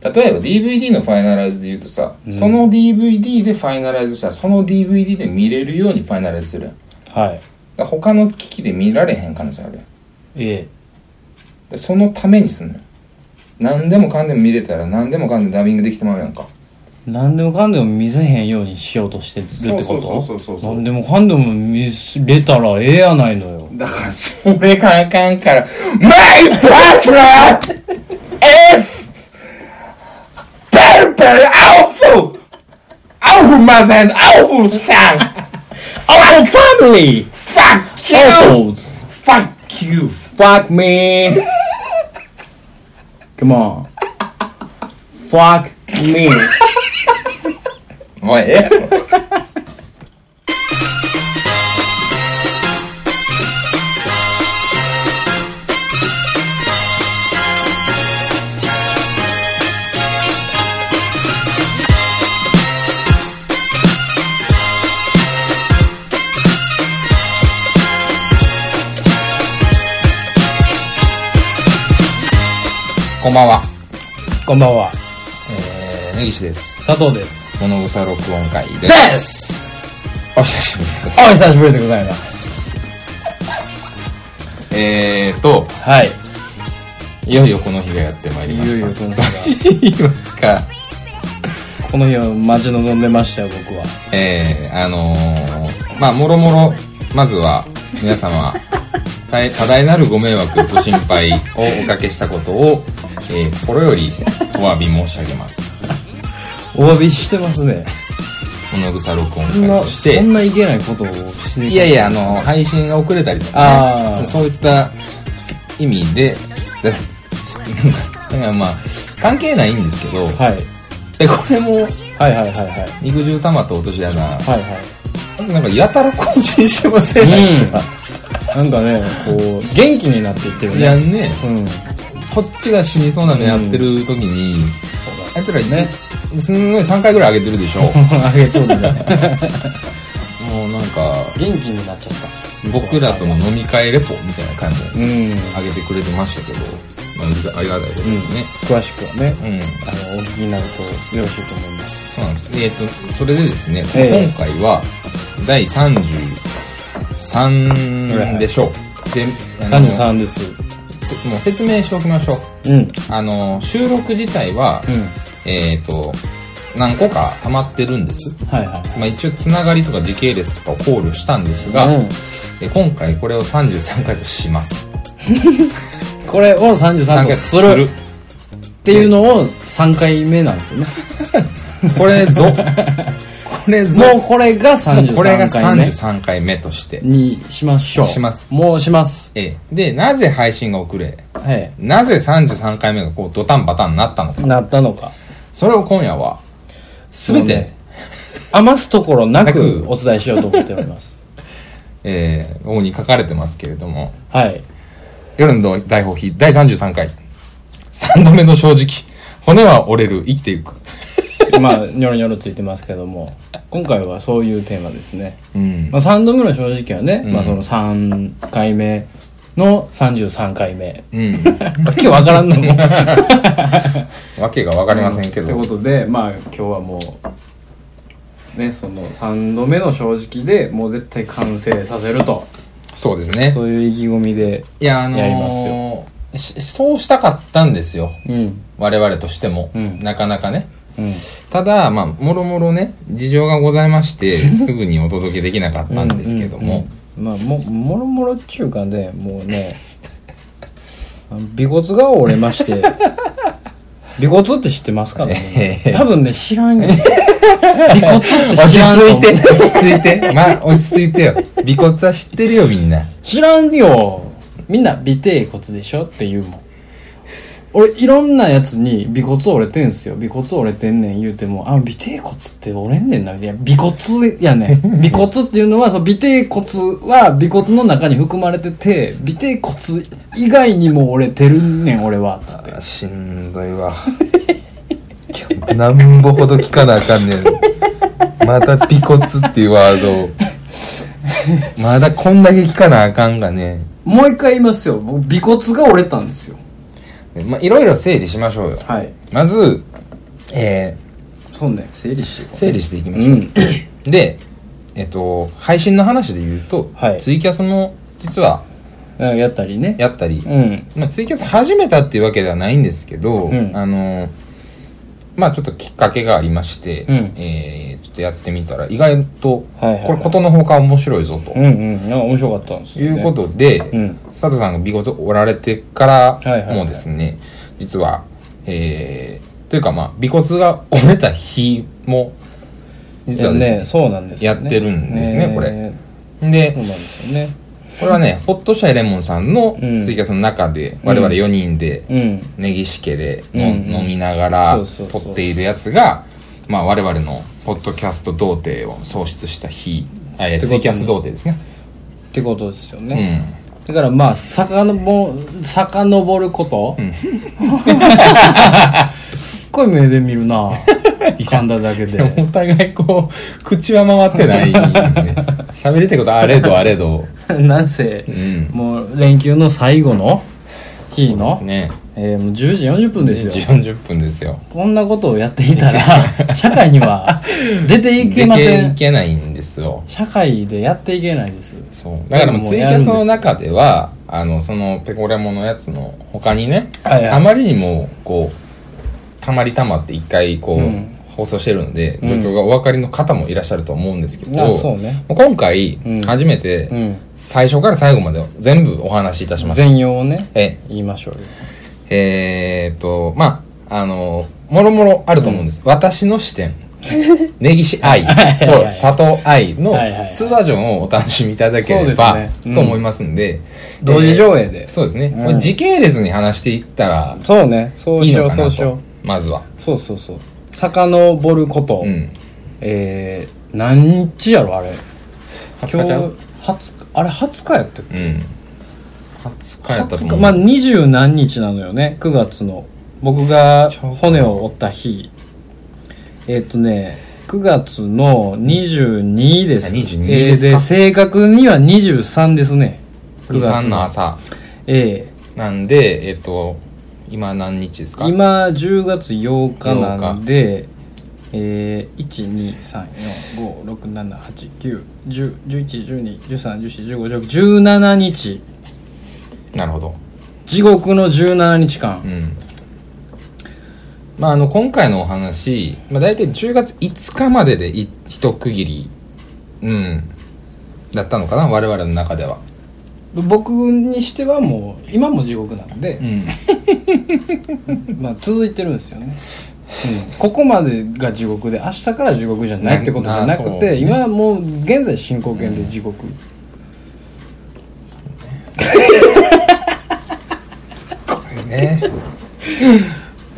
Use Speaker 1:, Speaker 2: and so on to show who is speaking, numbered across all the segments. Speaker 1: 例えば DVD のファイナライズで言うとさ、
Speaker 2: うん
Speaker 1: その DVD でファイナライズしたらその DVD で見れるようにファイナライズするやんだか
Speaker 2: はい
Speaker 1: ら他の機器で見られへん可能性あるやん
Speaker 2: え
Speaker 1: でそのためにすんのよ何でもかんでも見れたら何でもかんでもダビングできてまうやんか
Speaker 2: え何でもかんでも見せへんようにしようとしてるって
Speaker 1: そ
Speaker 2: こ
Speaker 1: うそうそうそう
Speaker 2: と
Speaker 1: そう
Speaker 2: 何でもかんでも見せれたらええやないのよ
Speaker 1: だからそれがあかんから「MY TARTRAT IS VERY AWFUL! AWFUL MOTHER AND AWFUL SON!
Speaker 2: Our family!
Speaker 1: FUCK YOU!
Speaker 2: Assholes!
Speaker 1: FUCK YOU!
Speaker 2: Fuck me! Come on! Fuck me!
Speaker 1: おい、 ええやろこんばんは、
Speaker 2: こんばんは、
Speaker 1: えー、根岸です。
Speaker 2: 佐藤です。
Speaker 1: 物草録音会です。
Speaker 2: す
Speaker 1: お久しぶりです
Speaker 2: お。久しぶりでございます。
Speaker 1: えーと、
Speaker 2: はい。
Speaker 1: いよいよこの日がやってまいり
Speaker 2: い
Speaker 1: ました。
Speaker 2: よいよこの日が、
Speaker 1: 言いますか。
Speaker 2: この日は待ち望んでましたよ、僕は。
Speaker 1: えー、あのー、まあ、もろもろ、まずは、皆 様、大多大なるご迷惑、ご心配をおかけしたことを、えー、心よりお詫び申し上げます。
Speaker 2: お詫びしてますね。
Speaker 1: 物草録音
Speaker 2: そん
Speaker 1: 会
Speaker 2: な、
Speaker 1: として
Speaker 2: そ、んないけないことをして
Speaker 1: いやいや、あの、配信が遅れたりとか、
Speaker 2: あ
Speaker 1: ね、
Speaker 2: ー
Speaker 1: そういった意味で、 だなんか、だからまあ、関係ないんですけど、
Speaker 2: はい。
Speaker 1: で、これも、
Speaker 2: はいはいはいはい。
Speaker 1: 肉汁玉と落とし穴、
Speaker 2: はいはい。
Speaker 1: まずなんかやたら更新してません、あいつら
Speaker 2: うん。なんかね、こう、元気になっていってる
Speaker 1: いや
Speaker 2: ね。
Speaker 1: ね、
Speaker 2: うん。
Speaker 1: こっちが死にそうなのやってる時に、あいつらね、すんごい3回ぐらい上げてるでしょ。
Speaker 2: あげとるね。
Speaker 1: もうなんか、
Speaker 2: 元気になっちゃった。
Speaker 1: 僕らとの飲み会レポみたいな感じで
Speaker 2: うん。
Speaker 1: 上げてくれてましたけど、まあ、ありがたいことですね。
Speaker 2: 詳しくはね、
Speaker 1: うん。
Speaker 2: あの、お聞きになるとよろしいと思います。
Speaker 1: そうなんです。えっ、と、それでですね、
Speaker 2: ええ
Speaker 1: 今回は、第33でしょう。で、あの
Speaker 2: 33です。
Speaker 1: せもう説明しておきましょう。
Speaker 2: うん。
Speaker 1: あの、収録自体は、
Speaker 2: うん。
Speaker 1: えっ、と、何個か溜まってるんです。
Speaker 2: はいはい。
Speaker 1: まあ、一応つながりとか時系列とかを考慮したんですが、
Speaker 2: うん
Speaker 1: え今回これを33回とします。
Speaker 2: これを33
Speaker 1: なん
Speaker 2: と
Speaker 1: か
Speaker 2: するっていうのを3回目なんですよ ね。
Speaker 1: するこれぞ。これぞ。
Speaker 2: もう これが
Speaker 1: これが
Speaker 2: 33回目
Speaker 1: 33回目として。
Speaker 2: にしましょう。
Speaker 1: します。
Speaker 2: もうします。
Speaker 1: ええで、なぜ配信が遅れ、
Speaker 2: はい。
Speaker 1: なぜ33回目がこうドタンバタンになったのか。
Speaker 2: なったのか。
Speaker 1: それを今夜は、すべ
Speaker 2: もう
Speaker 1: て、
Speaker 2: ね余すところな
Speaker 1: な
Speaker 2: く
Speaker 1: く
Speaker 2: お伝えしようと思っております。
Speaker 1: ええここに書かれてますけれども、
Speaker 2: はい。
Speaker 1: 夜の大放棄第33回。3度目の正直。骨は折れる、生きていく。
Speaker 2: まあ、ニョロニョロついてますけども、今回はそういうテーマですね。
Speaker 1: うん。
Speaker 2: まあ、3度目の正直はね、
Speaker 1: うん
Speaker 2: まあ、その3回目の33回目。
Speaker 1: うん。
Speaker 2: わけわからんのも。わ
Speaker 1: わけがわかりませんけ
Speaker 2: って
Speaker 1: ど。
Speaker 2: ことで、まあ、今日はもう、ね、その3度目の正直でもう絶対完成させると、
Speaker 1: そうですね。
Speaker 2: そういう意気込みで、
Speaker 1: いや、あのー
Speaker 2: やりま
Speaker 1: しそうしたかったんですよ。
Speaker 2: うん、
Speaker 1: 我々としても。
Speaker 2: うん
Speaker 1: なかなかね。
Speaker 2: うん、
Speaker 1: ただ、まあ、もろもろね、事情がございま して、すぐにお届けできなかったんですけども。
Speaker 2: まあももろもろっちゅうかねもうね あの尾骨が折れまして 尾骨って知ってますかね、
Speaker 1: ええ
Speaker 2: 多分ね知らん よ尾骨って知らんと思う
Speaker 1: 落ち着いて、まあ、落ち着いてよ。尾骨は知ってるよ、みんな。
Speaker 2: 知らんよみんな尾てい骨でしょって言うもん俺いろんなやつに尾骨折れてんすよ尾骨折れてんねん言うてもあ尾てい骨って折れんねんないや尾骨やねん 尾骨っていうのはその尾てい骨は尾骨の中に含まれてて尾てい骨以外にも折れてるねん俺はつって
Speaker 1: あしんどいわ今日なんぼほど聞かなあかんねんまた「尾骨」っていうワードをまだこんだけ聞かなあかんがね
Speaker 2: もう一回言いますよ僕尾骨が折れたんですよ
Speaker 1: えまあ、いろいろ整理しましょうよ。
Speaker 2: はい
Speaker 1: まず、え
Speaker 2: そうね整理していこ
Speaker 1: ー
Speaker 2: う
Speaker 1: 整理していきましょう。で、えっと、配信の話で言うと、
Speaker 2: はい
Speaker 1: ツイキャスも実は
Speaker 2: うんやったりね
Speaker 1: やったり、
Speaker 2: うん
Speaker 1: まあ、ツイキャス始めたっていうわけではないんですけど、
Speaker 2: うん
Speaker 1: あのーまあちょっときっかけがありまして、
Speaker 2: うん
Speaker 1: えーちょっとやってみたら意外と
Speaker 2: はいはいはい
Speaker 1: これことのほか面白いぞと
Speaker 2: うんうんなんか面白かったんですよ、
Speaker 1: い
Speaker 2: ね、
Speaker 1: うことで、
Speaker 2: うん
Speaker 1: 佐藤さんが見事おられてか
Speaker 2: はいはいは
Speaker 1: ら
Speaker 2: い
Speaker 1: もですね、実はえー、というかまあ尾骨が折れた日も実はですね
Speaker 2: ねそうなんですよ、ね、
Speaker 1: やってるんですねこれ
Speaker 2: え
Speaker 1: で
Speaker 2: そうなんですよね
Speaker 1: これはねホットシャイレモンさんの
Speaker 2: うん
Speaker 1: ツイキャスの中で我々4人で、
Speaker 2: うん
Speaker 1: 根岸家での、
Speaker 2: うんうん
Speaker 1: 飲みながら
Speaker 2: そうそうそ
Speaker 1: 撮
Speaker 2: う
Speaker 1: っているやつが、まあ、我々のポッドキャスト童貞を創出した日あえ
Speaker 2: ってことね
Speaker 1: ツイキャス童貞ですね
Speaker 2: ってことですよね、だからまあさかのぼさかのぼること、すっごい目で見る な噛んだだけ
Speaker 1: うん、でも
Speaker 2: で
Speaker 1: お互いこう口は回ってないね 喋、りたいことあれどあれど
Speaker 2: なんせ、
Speaker 1: ん
Speaker 2: もう連休の最後の日
Speaker 1: そうで
Speaker 2: の、
Speaker 1: すね
Speaker 2: えーもう10時40分ですよ
Speaker 1: 40分ですよ
Speaker 2: こんなことをやっていた ら社会には出ていけませ
Speaker 1: でい
Speaker 2: ん
Speaker 1: けないんですよ
Speaker 2: 社会でやっていけないです
Speaker 1: そうだからもうツイキャスの中ではあのそのペコレモのやつの他にね、
Speaker 2: はいはい
Speaker 1: あまりにもこうたまりたまって一回こう、
Speaker 2: うん
Speaker 1: 放送してるので状
Speaker 2: うん
Speaker 1: 況がお分かりの方もいらっしゃると思うんですけど、
Speaker 2: あそうね
Speaker 1: もう今回
Speaker 2: うん
Speaker 1: 初めて
Speaker 2: うん
Speaker 1: 最初から最後まで全部お話しいたします、
Speaker 2: 全容をね
Speaker 1: え
Speaker 2: 言いましょうよ
Speaker 1: えー、っとまああのもろもろあると思うんです、私の視点根岸愛 と佐藤愛の
Speaker 2: はいはいはい
Speaker 1: 2バージョンをお楽しみいただけれ
Speaker 2: そう
Speaker 1: ば
Speaker 2: ですねうん
Speaker 1: と思いますんで、
Speaker 2: 同時上映で、
Speaker 1: そうですね、
Speaker 2: うん
Speaker 1: これ時系列に話していったら
Speaker 2: そうねそう
Speaker 1: いい
Speaker 2: しよ
Speaker 1: の
Speaker 2: う
Speaker 1: か
Speaker 2: そ
Speaker 1: な
Speaker 2: うしよう
Speaker 1: とまずは
Speaker 2: そうそうそう遡ること、
Speaker 1: うん
Speaker 2: えー、何日やろあれ
Speaker 1: 20日ちゃう
Speaker 2: 20日あれ20日やったっけ
Speaker 1: うん20日やったと
Speaker 2: 20
Speaker 1: 思
Speaker 2: 日
Speaker 1: う、
Speaker 2: まあ二十何日なのよね9月の僕が骨を折った日えっ、とね9月の22です
Speaker 1: あ22
Speaker 2: え
Speaker 1: ですか
Speaker 2: ーで正確には23ですね9
Speaker 1: 23
Speaker 2: 月
Speaker 1: の
Speaker 2: の
Speaker 1: 朝
Speaker 2: え
Speaker 1: なんでえっと今何日です
Speaker 2: え
Speaker 1: か
Speaker 2: 今10月8日なのでえー、1234567891011121314151617日
Speaker 1: なるほど
Speaker 2: 地獄の17日間、
Speaker 1: うんまああの今回のお話、まあ、大体10月5日まででい一区切りうんだったのかな我々の中では
Speaker 2: 僕にしてはもう今も地獄なん
Speaker 1: う
Speaker 2: で、
Speaker 1: ん
Speaker 2: まあ、続いてるんですよね、うん、ここまでが地獄で明日から地獄じゃないってことじゃなく
Speaker 1: ななそう
Speaker 2: て、
Speaker 1: ね
Speaker 2: 今はもう現在進行形で地獄、
Speaker 1: これね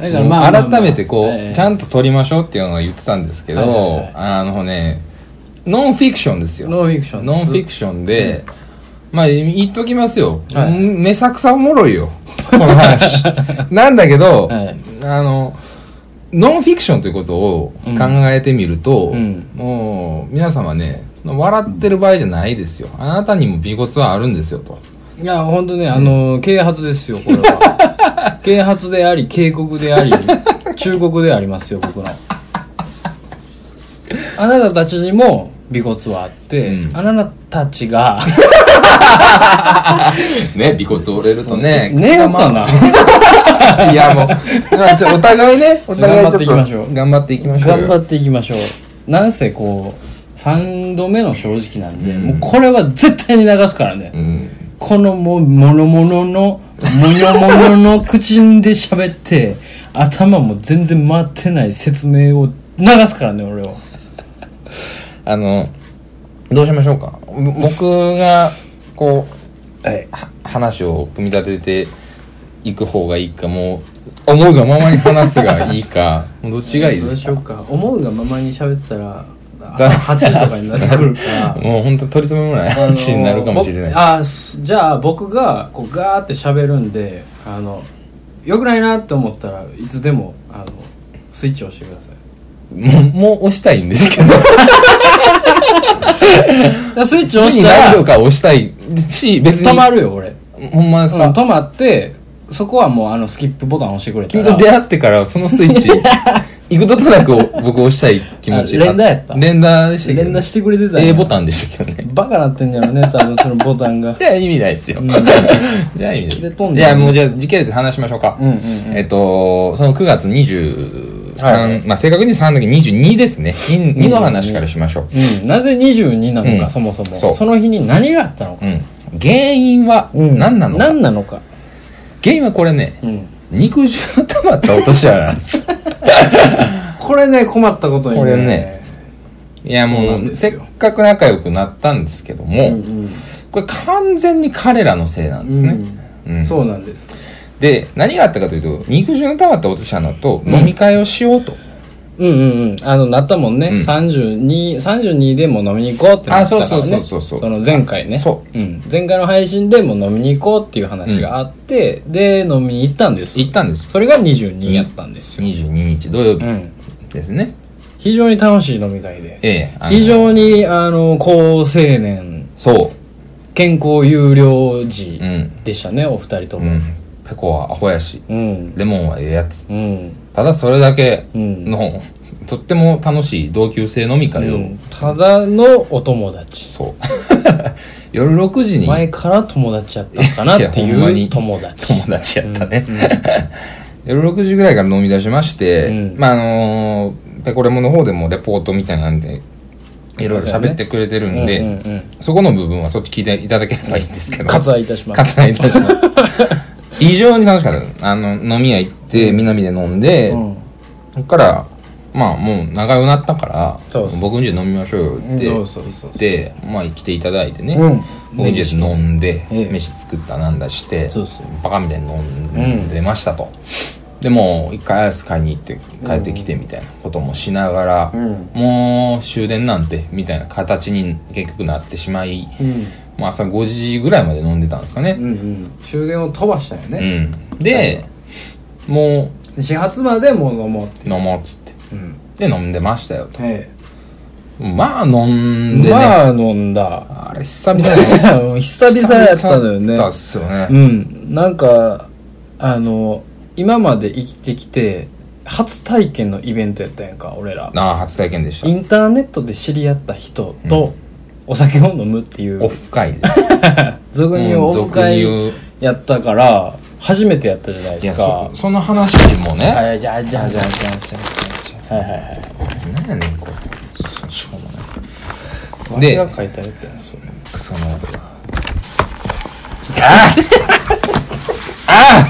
Speaker 2: だからまあ
Speaker 1: もう改めてこう、ちゃ
Speaker 2: ん
Speaker 1: んと撮りましょうっていうのは言ってたんですけど、
Speaker 2: はいはいはい
Speaker 1: あのねノンフィクションですよ
Speaker 2: ノンフィクションです
Speaker 1: ノンフィクションで、まあ言っときますよ、
Speaker 2: はい
Speaker 1: うんめさくさおもろいよこの 話なんだけど、
Speaker 2: はい
Speaker 1: あのノンフィクションということを考えてみると、
Speaker 2: うん
Speaker 1: もう皆様ねその笑ってる場合じゃないですよあなたにも尾骨はあるんですよ と
Speaker 2: いや本当ねあの啓発ですよこれは 啓発であり警告であり忠告でありますよ僕のあなたたちにも尾骨はあって、
Speaker 1: うん
Speaker 2: あなたた ちが
Speaker 1: ね尾骨折れるとね
Speaker 2: 寝ようかな
Speaker 1: いやもう、まあちょお互いね、お互いちょっと
Speaker 2: 頑張っていきましょう
Speaker 1: 頑張っていきましょうよ。
Speaker 2: 頑張っていきましょうなんせこう3度目の正直なんで、
Speaker 1: うん
Speaker 2: もうこれは絶対に流すからね、
Speaker 1: うん。
Speaker 2: このもうものもののものものの口で喋って頭も全然回ってない説明を流すからね俺を
Speaker 1: あの、どうしましょうか。ぼ僕が、こ
Speaker 2: はい、
Speaker 1: う、は話を組み立てていく方がいいか、もう、思うがままに話すがいい か、もうどっちがいい
Speaker 2: ど
Speaker 1: で
Speaker 2: う
Speaker 1: す
Speaker 2: しよ
Speaker 1: か。
Speaker 2: うか思うがままに喋ってたら
Speaker 1: だ
Speaker 2: 8時とかになってくるから
Speaker 1: もう本当取り留めもない
Speaker 2: あの
Speaker 1: 話になるかもしれない。
Speaker 2: ぼあすじゃあ僕がこうガーって喋るんであのよくないなって思ったらいつでもあのスイッチ押してください
Speaker 1: もう、もう押したいんです けど、
Speaker 2: だからスイッチ押
Speaker 1: 次
Speaker 2: し
Speaker 1: に
Speaker 2: た
Speaker 1: 何
Speaker 2: ら
Speaker 1: 度か押したいし、別に。
Speaker 2: 止まるよ俺
Speaker 1: ほんまです
Speaker 2: その
Speaker 1: か
Speaker 2: 止まってそこはもうあのスキップボタン押してくれた
Speaker 1: 君
Speaker 2: ら
Speaker 1: と出会ってからそのスイッ チ幾度となく僕押したい気持ち
Speaker 2: あ連打やった
Speaker 1: 連打でしたけど
Speaker 2: 連打してくれてたんや
Speaker 1: A ボタンでした けどね
Speaker 2: バカなってんだよね多分そのボタ ンが
Speaker 1: じゃあ意味ないっすよ、
Speaker 2: うん
Speaker 1: じゃあ意味
Speaker 2: で
Speaker 1: な
Speaker 2: 飛
Speaker 1: い
Speaker 2: ん
Speaker 1: い
Speaker 2: で
Speaker 1: やもうじゃあ時系列で話しましょうか、
Speaker 2: うんうんうん
Speaker 1: えっとその9月23、
Speaker 2: はい
Speaker 1: まあ正確に3の時22ですね 2, 2の話からしましょう、
Speaker 2: うん、なぜ22なのか、
Speaker 1: うん
Speaker 2: そもそも
Speaker 1: そう
Speaker 2: その日に何があったのか、
Speaker 1: うん、原因は
Speaker 2: うん
Speaker 1: 何なのか、
Speaker 2: 何なのか、
Speaker 1: 原因はこれね
Speaker 2: うん、
Speaker 1: 肉汁の溜まった落とし穴なん です
Speaker 2: これね困ったことに
Speaker 1: これねいや
Speaker 2: そう
Speaker 1: も
Speaker 2: なん
Speaker 1: う
Speaker 2: です
Speaker 1: せっ
Speaker 2: よ
Speaker 1: かく仲良くなったんですけども、
Speaker 2: うん
Speaker 1: これ完全に彼らのせいなんですね、
Speaker 2: うん
Speaker 1: うん
Speaker 2: そうなんです
Speaker 1: で何があったかというと肉汁の溜まった落とし穴と飲み会をしようと、
Speaker 2: うんうんうんあのなったもんね、
Speaker 1: うん
Speaker 2: 32, 32でも飲みに行こうってなったから、ね、
Speaker 1: あそうそうそうそうそう
Speaker 2: の前回ね、
Speaker 1: そう
Speaker 2: ん、前回の配信でも飲みに行こうっていう話があって、で飲みに行ったんです
Speaker 1: 行ったんです
Speaker 2: それが22やったんですよ、
Speaker 1: 22日土曜
Speaker 2: う
Speaker 1: 日
Speaker 2: ん、
Speaker 1: ですね、
Speaker 2: 非常に楽しい飲み会で
Speaker 1: ええあの
Speaker 2: 非常にあの高青年
Speaker 1: そ
Speaker 2: 健康有料児
Speaker 1: ううん、
Speaker 2: でしたね、お二人と
Speaker 1: う
Speaker 2: も
Speaker 1: ん、ペコはアホやし
Speaker 2: うん
Speaker 1: レモンはええやつ
Speaker 2: うん
Speaker 1: ただそれだけ
Speaker 2: うん
Speaker 1: の、とっても楽しい同級生飲み
Speaker 2: う
Speaker 1: 会を、
Speaker 2: んただのお友達
Speaker 1: そう 夜6時に
Speaker 2: 前から友達やったのかなって
Speaker 1: いやほんま
Speaker 2: い
Speaker 1: に
Speaker 2: う友達
Speaker 1: 友達やったね、 夜6時ぐらいから飲み出しまして、
Speaker 2: うん
Speaker 1: まああのーペコレモの方でもレポートみたいなんでいろいろ喋ってくれてるんで、
Speaker 2: うんうんうん
Speaker 1: そこの部分はそっち聞いていただければいいんですけど
Speaker 2: 割愛いたします
Speaker 1: 割愛いたします非常に楽しかったあの飲み屋行ってみんなみで飲んで、
Speaker 2: うん
Speaker 1: そっからまあもう長くなったから
Speaker 2: そうそう
Speaker 1: 僕ん家で飲みましょうよって
Speaker 2: そうそうそうそう
Speaker 1: でまあ来ていただいてね、
Speaker 2: うん
Speaker 1: 僕ん家で飲んで、
Speaker 2: ええ
Speaker 1: 飯作ったなんだして
Speaker 2: そうそう
Speaker 1: バカみたいに飲んでましたと、でもう一回アイス買いに行って帰ってきてみたいなこともしながら、
Speaker 2: うん
Speaker 1: もう終電なんてみたいな形に結局なってしまい、
Speaker 2: うん
Speaker 1: まあ朝5時ぐらいまで飲んでたんですか
Speaker 2: うん
Speaker 1: ね、
Speaker 2: うん終電を飛ばしたよ
Speaker 1: うん
Speaker 2: ね、
Speaker 1: でも
Speaker 2: 始発までもう飲もうって
Speaker 1: う飲もうっつって
Speaker 2: うん
Speaker 1: で飲んでましたよと
Speaker 2: え
Speaker 1: まあ飲んで
Speaker 2: え
Speaker 1: ね、
Speaker 2: まあ飲んだ
Speaker 1: あ、れ久々に
Speaker 2: もう久々やったのよ
Speaker 1: 久々
Speaker 2: ね
Speaker 1: だっすよね
Speaker 2: うんなんかあの今まで生きてきて初体験のイベントやったやんか俺ら
Speaker 1: ああ初体験でし
Speaker 2: イ
Speaker 1: た
Speaker 2: ンターネットで知り合った人とお酒を飲むっていう、
Speaker 1: オフ会です
Speaker 2: 俗に言う
Speaker 1: うん
Speaker 2: オフ会
Speaker 1: 俗に言う
Speaker 2: やったから初めてやったじゃない
Speaker 1: い
Speaker 2: で
Speaker 1: や
Speaker 2: すか
Speaker 1: そその話もね、
Speaker 2: あいやじゃあじゃあじゃあじゃあじゃあはいはいはい
Speaker 1: なんやねんこれしょうもない
Speaker 2: わしが書いたやつやんそれ
Speaker 1: クソの音があ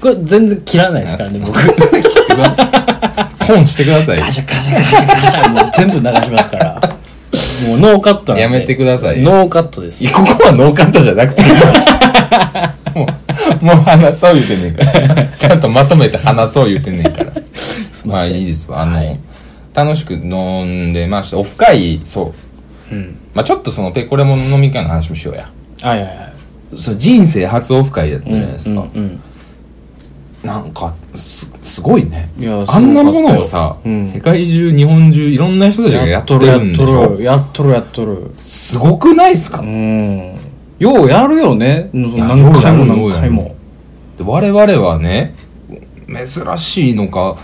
Speaker 2: これ全然切らないですからね僕ガ
Speaker 1: 切ってください本してください
Speaker 2: シャガシャガシャガシャもう全部流しますからもうノーカットなんで
Speaker 1: やめてくださいよ
Speaker 2: ノーカットです
Speaker 1: いやここはノーカットじゃなくていいもうもう話そう言うてんねんからちゃんとまとめて話そう言うてんねんから
Speaker 2: すい
Speaker 1: ま
Speaker 2: ま
Speaker 1: あ
Speaker 2: せん
Speaker 1: いいですわあの、
Speaker 2: はい
Speaker 1: 楽しく飲んでましたオフ会そう
Speaker 2: うん
Speaker 1: まあちょっとそのペコレモの飲み会の話もしようや
Speaker 2: はいはいはい
Speaker 1: そう人生初オフ会だったじゃないですか、
Speaker 2: うんうん
Speaker 1: なんかすすごいね
Speaker 2: いや
Speaker 1: あんな
Speaker 2: すごか
Speaker 1: も
Speaker 2: ったよ
Speaker 1: のをさ、
Speaker 2: うん
Speaker 1: 世界中日本中いろんな人たちがや
Speaker 2: や
Speaker 1: っ
Speaker 2: ってとるや
Speaker 1: る
Speaker 2: っ
Speaker 1: んでし
Speaker 2: と
Speaker 1: ょ
Speaker 2: るやっとるやっとる
Speaker 1: すごくないっすか、
Speaker 2: うんようやるよねうん
Speaker 1: や
Speaker 2: 何回も
Speaker 1: ようやるようやる
Speaker 2: 何回も
Speaker 1: で我々はね珍しいのか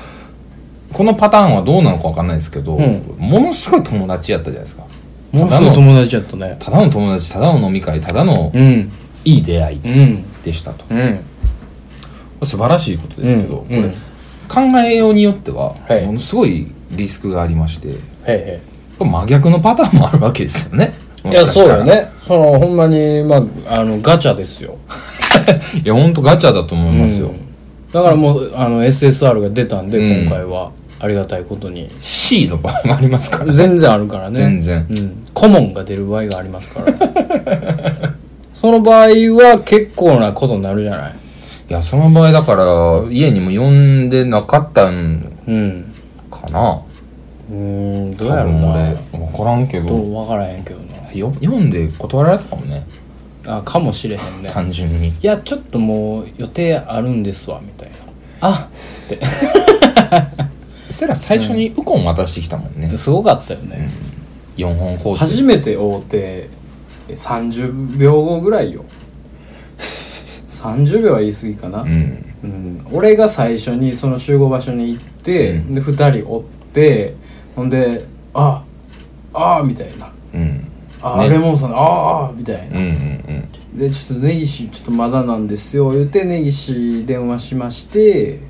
Speaker 1: このパターンはどうなのかわかんないですけど、
Speaker 2: うん
Speaker 1: ものすごい友達やったじゃないですか
Speaker 2: もうすぐ友達やったね
Speaker 1: ただの友達ただの飲み会ただの
Speaker 2: うん
Speaker 1: いい出会い
Speaker 2: うん
Speaker 1: でしたと、
Speaker 2: うん
Speaker 1: 素晴らしいことですけど、
Speaker 2: う
Speaker 1: こ
Speaker 2: んう
Speaker 1: れ
Speaker 2: ん
Speaker 1: 考えようによっては、
Speaker 2: はい
Speaker 1: ものすごいリスクがありまして
Speaker 2: へ
Speaker 1: これ真逆のパターンもあるわけですよね
Speaker 2: いやそう
Speaker 1: も
Speaker 2: よ
Speaker 1: しかしたら
Speaker 2: ねそのほんまにまああのガチャですよ
Speaker 1: いや本当ガチャだと思いますよ、
Speaker 2: うんだからもうあの SSR が出たんで
Speaker 1: うん
Speaker 2: 今回はありがたいことに
Speaker 1: C の場合もありますからね
Speaker 2: 全然あるからね
Speaker 1: 全然
Speaker 2: うん顧問が出る場合がありますから その場合は結構なことになるじゃない
Speaker 1: いやその場合だから家にも呼んでなかったん
Speaker 2: うん
Speaker 1: かな
Speaker 2: うーんどう
Speaker 1: 多
Speaker 2: やろう
Speaker 1: 分俺
Speaker 2: な
Speaker 1: 分からんけ
Speaker 2: ど
Speaker 1: ど
Speaker 2: う分からへんけどな
Speaker 1: よ読んで断られたかもね
Speaker 2: あかもしれへんね
Speaker 1: 単純に
Speaker 2: いやちょっともう予定あるんですわみたいなあ
Speaker 1: うちら最初にウコン渡してきたもんね、
Speaker 2: すごかったよね、
Speaker 1: 四4本コーチ
Speaker 2: 初めて会うて30秒後ぐらいよ30秒は言い過ぎかな、
Speaker 1: うん
Speaker 2: うん、俺が最初にその集合場所に行って、
Speaker 1: うん
Speaker 2: で2人追ってほんで「あああみたいな
Speaker 1: うん
Speaker 2: 「あ、
Speaker 1: ね
Speaker 2: レモンさんのああ」みたい
Speaker 1: うんう
Speaker 2: な、
Speaker 1: んうん
Speaker 2: でちょっと根岸ちょっとまだなんですよ言って根岸電話しまして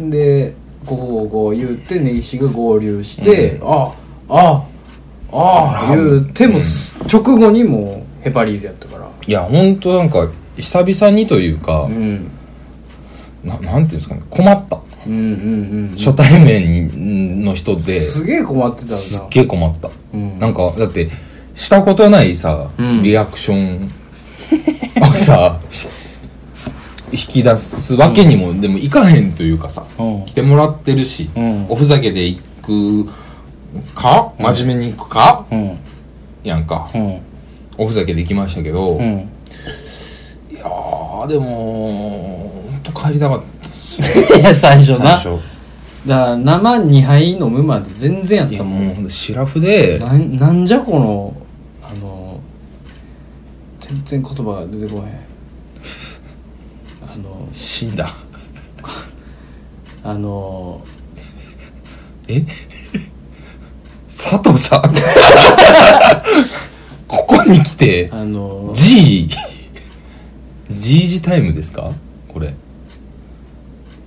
Speaker 2: でここここ言って根岸が合流して「
Speaker 1: う
Speaker 2: ああああ」言うても、直後にもうヘパリーズやったから
Speaker 1: いや本当なんか久々にというか、
Speaker 2: うん
Speaker 1: ななんていうんですかね困った
Speaker 2: うんうんうん
Speaker 1: 初対面の人です
Speaker 2: げえ困ってたよな
Speaker 1: すっげえ困った、
Speaker 2: うん
Speaker 1: なんかだってしたことないさ、
Speaker 2: うん
Speaker 1: リアクションを さ引き出すわけにも、でもいかへんというかさ
Speaker 2: うん
Speaker 1: 来てもらってるし、
Speaker 2: うん
Speaker 1: おふざけで行くか真面目に行くか、
Speaker 2: うん
Speaker 1: やんか、
Speaker 2: うん
Speaker 1: おふざけで行きましたけど、
Speaker 2: う
Speaker 1: い
Speaker 2: ん
Speaker 1: やーでも本当帰りたかったっすよ
Speaker 2: いや最初な
Speaker 1: 最初
Speaker 2: だから生2杯飲むまで全然やっ
Speaker 1: いや
Speaker 2: たも
Speaker 1: もうんほんとシラフで
Speaker 2: なんなんじゃこのあの全然言葉が出てこへんあの
Speaker 1: 死んだ
Speaker 2: あの
Speaker 1: え 佐藤さん ここに来て
Speaker 2: あの
Speaker 1: G G 時タイムですかこれ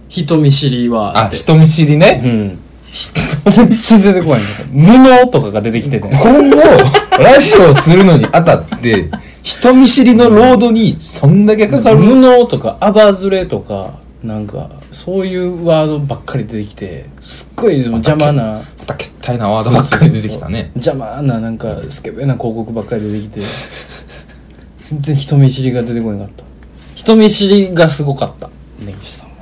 Speaker 2: 人見知りは
Speaker 1: あ人見知り
Speaker 2: う
Speaker 1: ね
Speaker 2: ん
Speaker 1: 人
Speaker 2: 全然出てこへん布とかが出てきてて
Speaker 1: 今後ラジオするのにあたって人見知りのロードにそんだけかかる
Speaker 2: 布とかアバズレとかなんかそういうワードばっかり出てきてすっごいでも邪魔な
Speaker 1: またけったいなワードばっかり出てきたね
Speaker 2: 邪魔ななんかスケベな広告ばっかり出てきて全然人見知りが出てこなかった人見知りがすごかった根岸さんは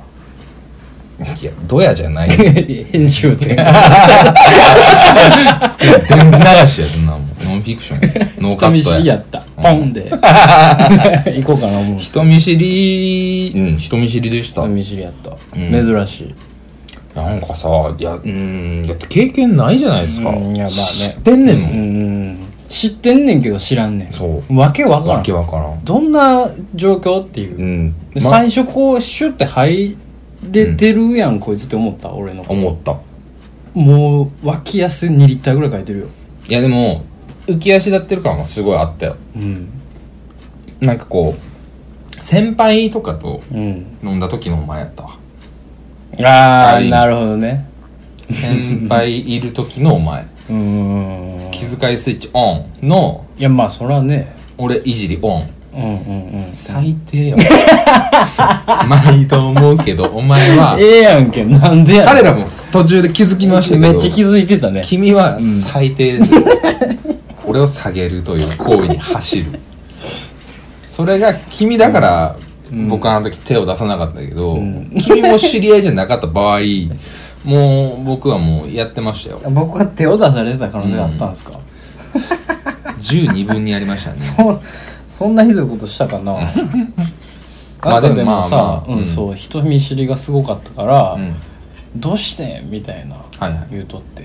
Speaker 1: いやドヤじゃないです
Speaker 2: 編集点
Speaker 1: 全部流しやそんなもんノンフィクションノーカ
Speaker 2: 人見
Speaker 1: ッ
Speaker 2: 知
Speaker 1: ト
Speaker 2: りや
Speaker 1: や
Speaker 2: ったポ ンで行こうかな思う人
Speaker 1: 人見知りうん人見知りでした
Speaker 2: 見知りやった、
Speaker 1: ん
Speaker 2: 珍しい
Speaker 1: なんかさ、いや、うーん、だって経験ないじゃないですか。
Speaker 2: うんいやまあね
Speaker 1: 知ってんねんも
Speaker 2: うん
Speaker 1: ん。
Speaker 2: うん知ってんねんけど知らんねん
Speaker 1: そ
Speaker 2: わけわ
Speaker 1: う。
Speaker 2: から
Speaker 1: わ
Speaker 2: ん
Speaker 1: けわからん。
Speaker 2: どんな状況っていうう、
Speaker 1: ん。
Speaker 2: で
Speaker 1: ま
Speaker 2: 最初こうシュッて入れてるやん、こいつって思った俺の
Speaker 1: 思った。
Speaker 2: もう脇汗2リッターぐらい書いてるよ
Speaker 1: いや、でも、浮き足立ってる感はすごいあったよ。
Speaker 2: うん
Speaker 1: なんかこう、先輩とかと
Speaker 2: うん
Speaker 1: 飲んだ時のお前やったわ。
Speaker 2: ああ
Speaker 1: はい
Speaker 2: なるほどね
Speaker 1: 先輩いる時のお 前。
Speaker 2: うーんい
Speaker 1: 気遣いスイッチオンの、
Speaker 2: やまあそらね
Speaker 1: 俺いじりオン。
Speaker 2: うんうんうん
Speaker 1: 最低よ。 毎度思うけど、お前は、
Speaker 2: ええやんけなんでや
Speaker 1: 彼らも途中で気づきましたけど。
Speaker 2: めっちゃ気づいてたね
Speaker 1: 君は最低 です、俺を下げるという行為に走るそれが君だから、僕はあの時手を出さなかったけど、君も知り合いじゃなかった場合もう僕はもうやってましたよ
Speaker 2: 僕は手を出されてた可能性があったんですか、
Speaker 1: 12分にやりましたね
Speaker 2: そそんなひどいことしたかな
Speaker 1: まあ
Speaker 2: なんか
Speaker 1: でも
Speaker 2: でもさ、
Speaker 1: まあまあ
Speaker 2: う、
Speaker 1: うんん
Speaker 2: そう人見知りがすごかったか ら、
Speaker 1: うん
Speaker 2: どうしてんみたいな、
Speaker 1: はいはい
Speaker 2: 言うとって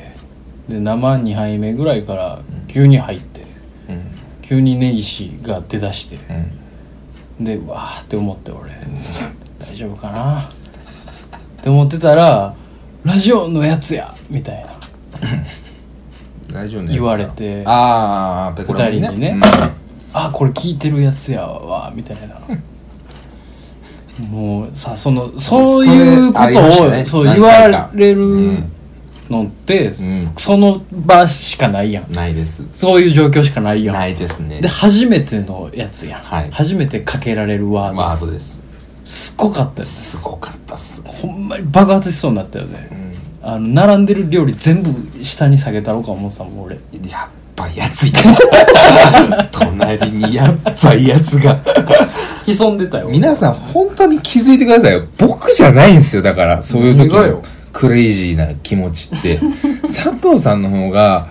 Speaker 2: で生2杯目ぐらいから急に入って
Speaker 1: うん
Speaker 2: 急に根岸が出だして
Speaker 1: うん
Speaker 2: でうわーって思って俺 大丈夫かなって思ってたら「ラジオのやつや!」みたいな
Speaker 1: 大丈夫ね
Speaker 2: 言われて
Speaker 1: ああペコラミ
Speaker 2: 二人にね「あこれ聞いてるやつやわ」みたいなもうさそのそういうこ
Speaker 1: それあり
Speaker 2: と
Speaker 1: ま
Speaker 2: を
Speaker 1: し
Speaker 2: そ
Speaker 1: た
Speaker 2: う,、
Speaker 1: ね何回
Speaker 2: 言わ
Speaker 1: か
Speaker 2: れ
Speaker 1: う
Speaker 2: る
Speaker 1: ん
Speaker 2: のって、
Speaker 1: ん
Speaker 2: その場しかないやん
Speaker 1: うんないです
Speaker 2: そういう状況しかないやん
Speaker 1: ないですね
Speaker 2: で初めてのやつやん、
Speaker 1: はい
Speaker 2: 初めてかけられるワード、
Speaker 1: ワードです
Speaker 2: すっごかったよね
Speaker 1: すごかったっす
Speaker 2: ほんまに爆発しそうになったよね、
Speaker 1: うん
Speaker 2: あの並んでる料理全部下に下げたろうか思ってたもん俺
Speaker 1: やっばいやつい た隣にやっばいやつが
Speaker 2: 潜んでたよ
Speaker 1: 皆さん本当に気づいてくださいよ僕じゃないんですよだからそういう時
Speaker 2: 何がよ
Speaker 1: のクレイジーな気持ちって佐藤さんの方が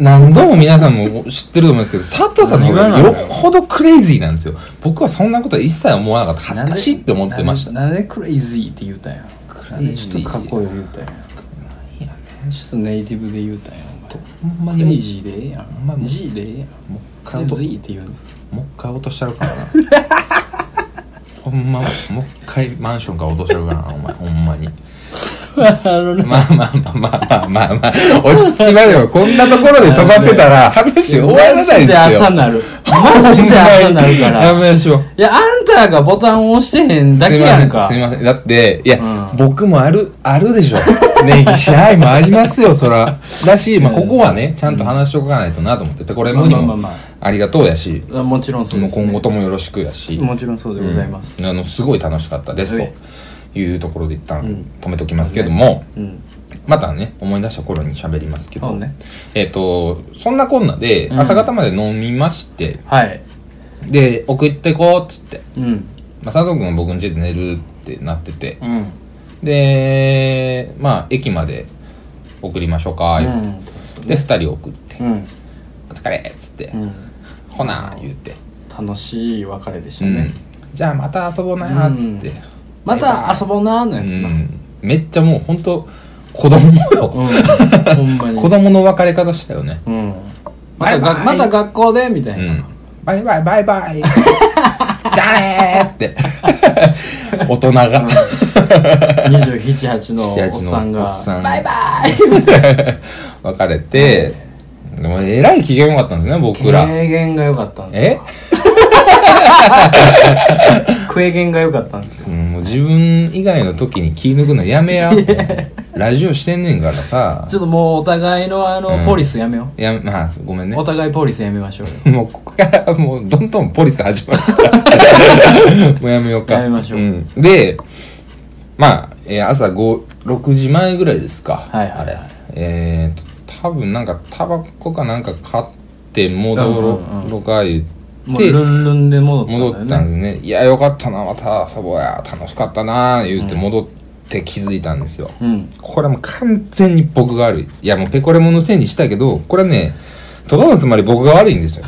Speaker 1: 何度も皆さんも知ってると思うんですけど佐藤さんの方
Speaker 2: 何
Speaker 1: が
Speaker 2: がな
Speaker 1: よ
Speaker 2: のよ
Speaker 1: っぽどクレイジーなんですよ僕はそんなことは一切思わなかった恥ずかしいって思ってました
Speaker 2: なんでなんでクレイジーって言うたんや
Speaker 1: クレイジー
Speaker 2: なんでちょっとかっこよく言うたんやちょっとネイティブで言うたんや
Speaker 1: ほん
Speaker 2: お
Speaker 1: ま
Speaker 2: 前
Speaker 1: に
Speaker 2: ク
Speaker 1: も
Speaker 2: レ
Speaker 1: う
Speaker 2: イ
Speaker 1: 一
Speaker 2: ジーでええや
Speaker 1: ほんま
Speaker 2: ん
Speaker 1: に
Speaker 2: G でええやん
Speaker 1: 回
Speaker 2: クレイ
Speaker 1: 落
Speaker 2: ジ
Speaker 1: と
Speaker 2: ーって言う
Speaker 1: もう一回落としちゃうからな ほんま、もう一回マンションから落としてるからな、お前、ほんまに。
Speaker 2: あのね、
Speaker 1: まあまあまあまあまあまあまあ、落ち着きまでよ。 こんなところで止まってたら、話終わらないですよ。
Speaker 2: マジで朝なる。マジで朝なるか
Speaker 1: や
Speaker 2: ら。
Speaker 1: め
Speaker 2: い
Speaker 1: ましょう。
Speaker 2: や、あんたがボタンを押してへんだけやんか。
Speaker 1: すいません。すいません。だって、いや、
Speaker 2: うん
Speaker 1: 僕もある、あるでしょ。 ね、支配もありますよ、そら。だし、まあ、ここはね、ちゃんと話しておかないとなと思って。で、これもに
Speaker 2: まあ
Speaker 1: も
Speaker 2: まあまあま、
Speaker 1: ありがとうやし、
Speaker 2: あもちろんそう
Speaker 1: も
Speaker 2: で
Speaker 1: う
Speaker 2: すね、
Speaker 1: 今後ともよろしくやし。
Speaker 2: もちろんそうでございます。
Speaker 1: うんあの、すごい楽しかったです、
Speaker 2: はい
Speaker 1: というところで一旦
Speaker 2: ん
Speaker 1: 止めときますけども、
Speaker 2: うん。
Speaker 1: またね、思い出した頃に喋りますけど、
Speaker 2: そうね
Speaker 1: えっ、と、そんなこんなで、
Speaker 2: うん
Speaker 1: 朝方まで飲みまして、
Speaker 2: はい。
Speaker 1: で、送ってこうっつって、
Speaker 2: うん。
Speaker 1: まあ、佐藤君は僕の家で寝るってなってて、
Speaker 2: うん。
Speaker 1: で、まあ、駅まで送りましょうか、言うてで、二人送って、
Speaker 2: うん。
Speaker 1: お疲れっつって、
Speaker 2: うん。
Speaker 1: ほな、言うて、
Speaker 2: 楽しい別れでし
Speaker 1: う
Speaker 2: た
Speaker 1: ん
Speaker 2: ね。
Speaker 1: じゃあまた遊ぼうな、っつって、
Speaker 2: うんまた遊ぼうなーのやつな。
Speaker 1: うんめっちゃもう本当子供よ、
Speaker 2: うん。ほんま に。
Speaker 1: 子供の別れ方したよね
Speaker 2: うん。またが、
Speaker 1: バ
Speaker 2: ま
Speaker 1: イバイ
Speaker 2: た学校でみた
Speaker 1: う
Speaker 2: いな。
Speaker 1: んバイバイバイバ イじゃあねーって 大人が
Speaker 2: 27、8の
Speaker 1: 78
Speaker 2: おっさんが。
Speaker 1: おっさん
Speaker 2: バイバイ
Speaker 1: 別れてでもえらい機嫌良かったんですね僕ら
Speaker 2: 軽減が良かったんです
Speaker 1: え
Speaker 2: よ。軽減が良かったんですよ。
Speaker 1: うんもう自分以外の時に気抜くのやめやラジオしてんねんからさ
Speaker 2: ちょっともうお互いのあ
Speaker 1: う
Speaker 2: の、
Speaker 1: ん
Speaker 2: ポリスやめよ
Speaker 1: いやまあごめん
Speaker 2: う。
Speaker 1: ね
Speaker 2: お互いポリスやめましょう よ。
Speaker 1: もうここからもうどんどんポリス始まるもうやめようか、
Speaker 2: やめましょうん
Speaker 1: でまあ、えー朝56時前ぐらいですか
Speaker 2: はいはいはい
Speaker 1: あれえー、と多分なんかタバコかなんか買って戻
Speaker 2: うんうんう
Speaker 1: ろうか言って、
Speaker 2: もうルンルンで戻った
Speaker 1: 戻
Speaker 2: んだよ
Speaker 1: った
Speaker 2: ね。
Speaker 1: んでね「いやよかったなまた遊ぼうや楽しかったな」言って戻って気づいたんですよ、
Speaker 2: うん。
Speaker 1: これはもう完全に僕が悪い。いやもうペコレモンのせいにしたけど、これはね、とどのつまり僕が悪いん ですよ。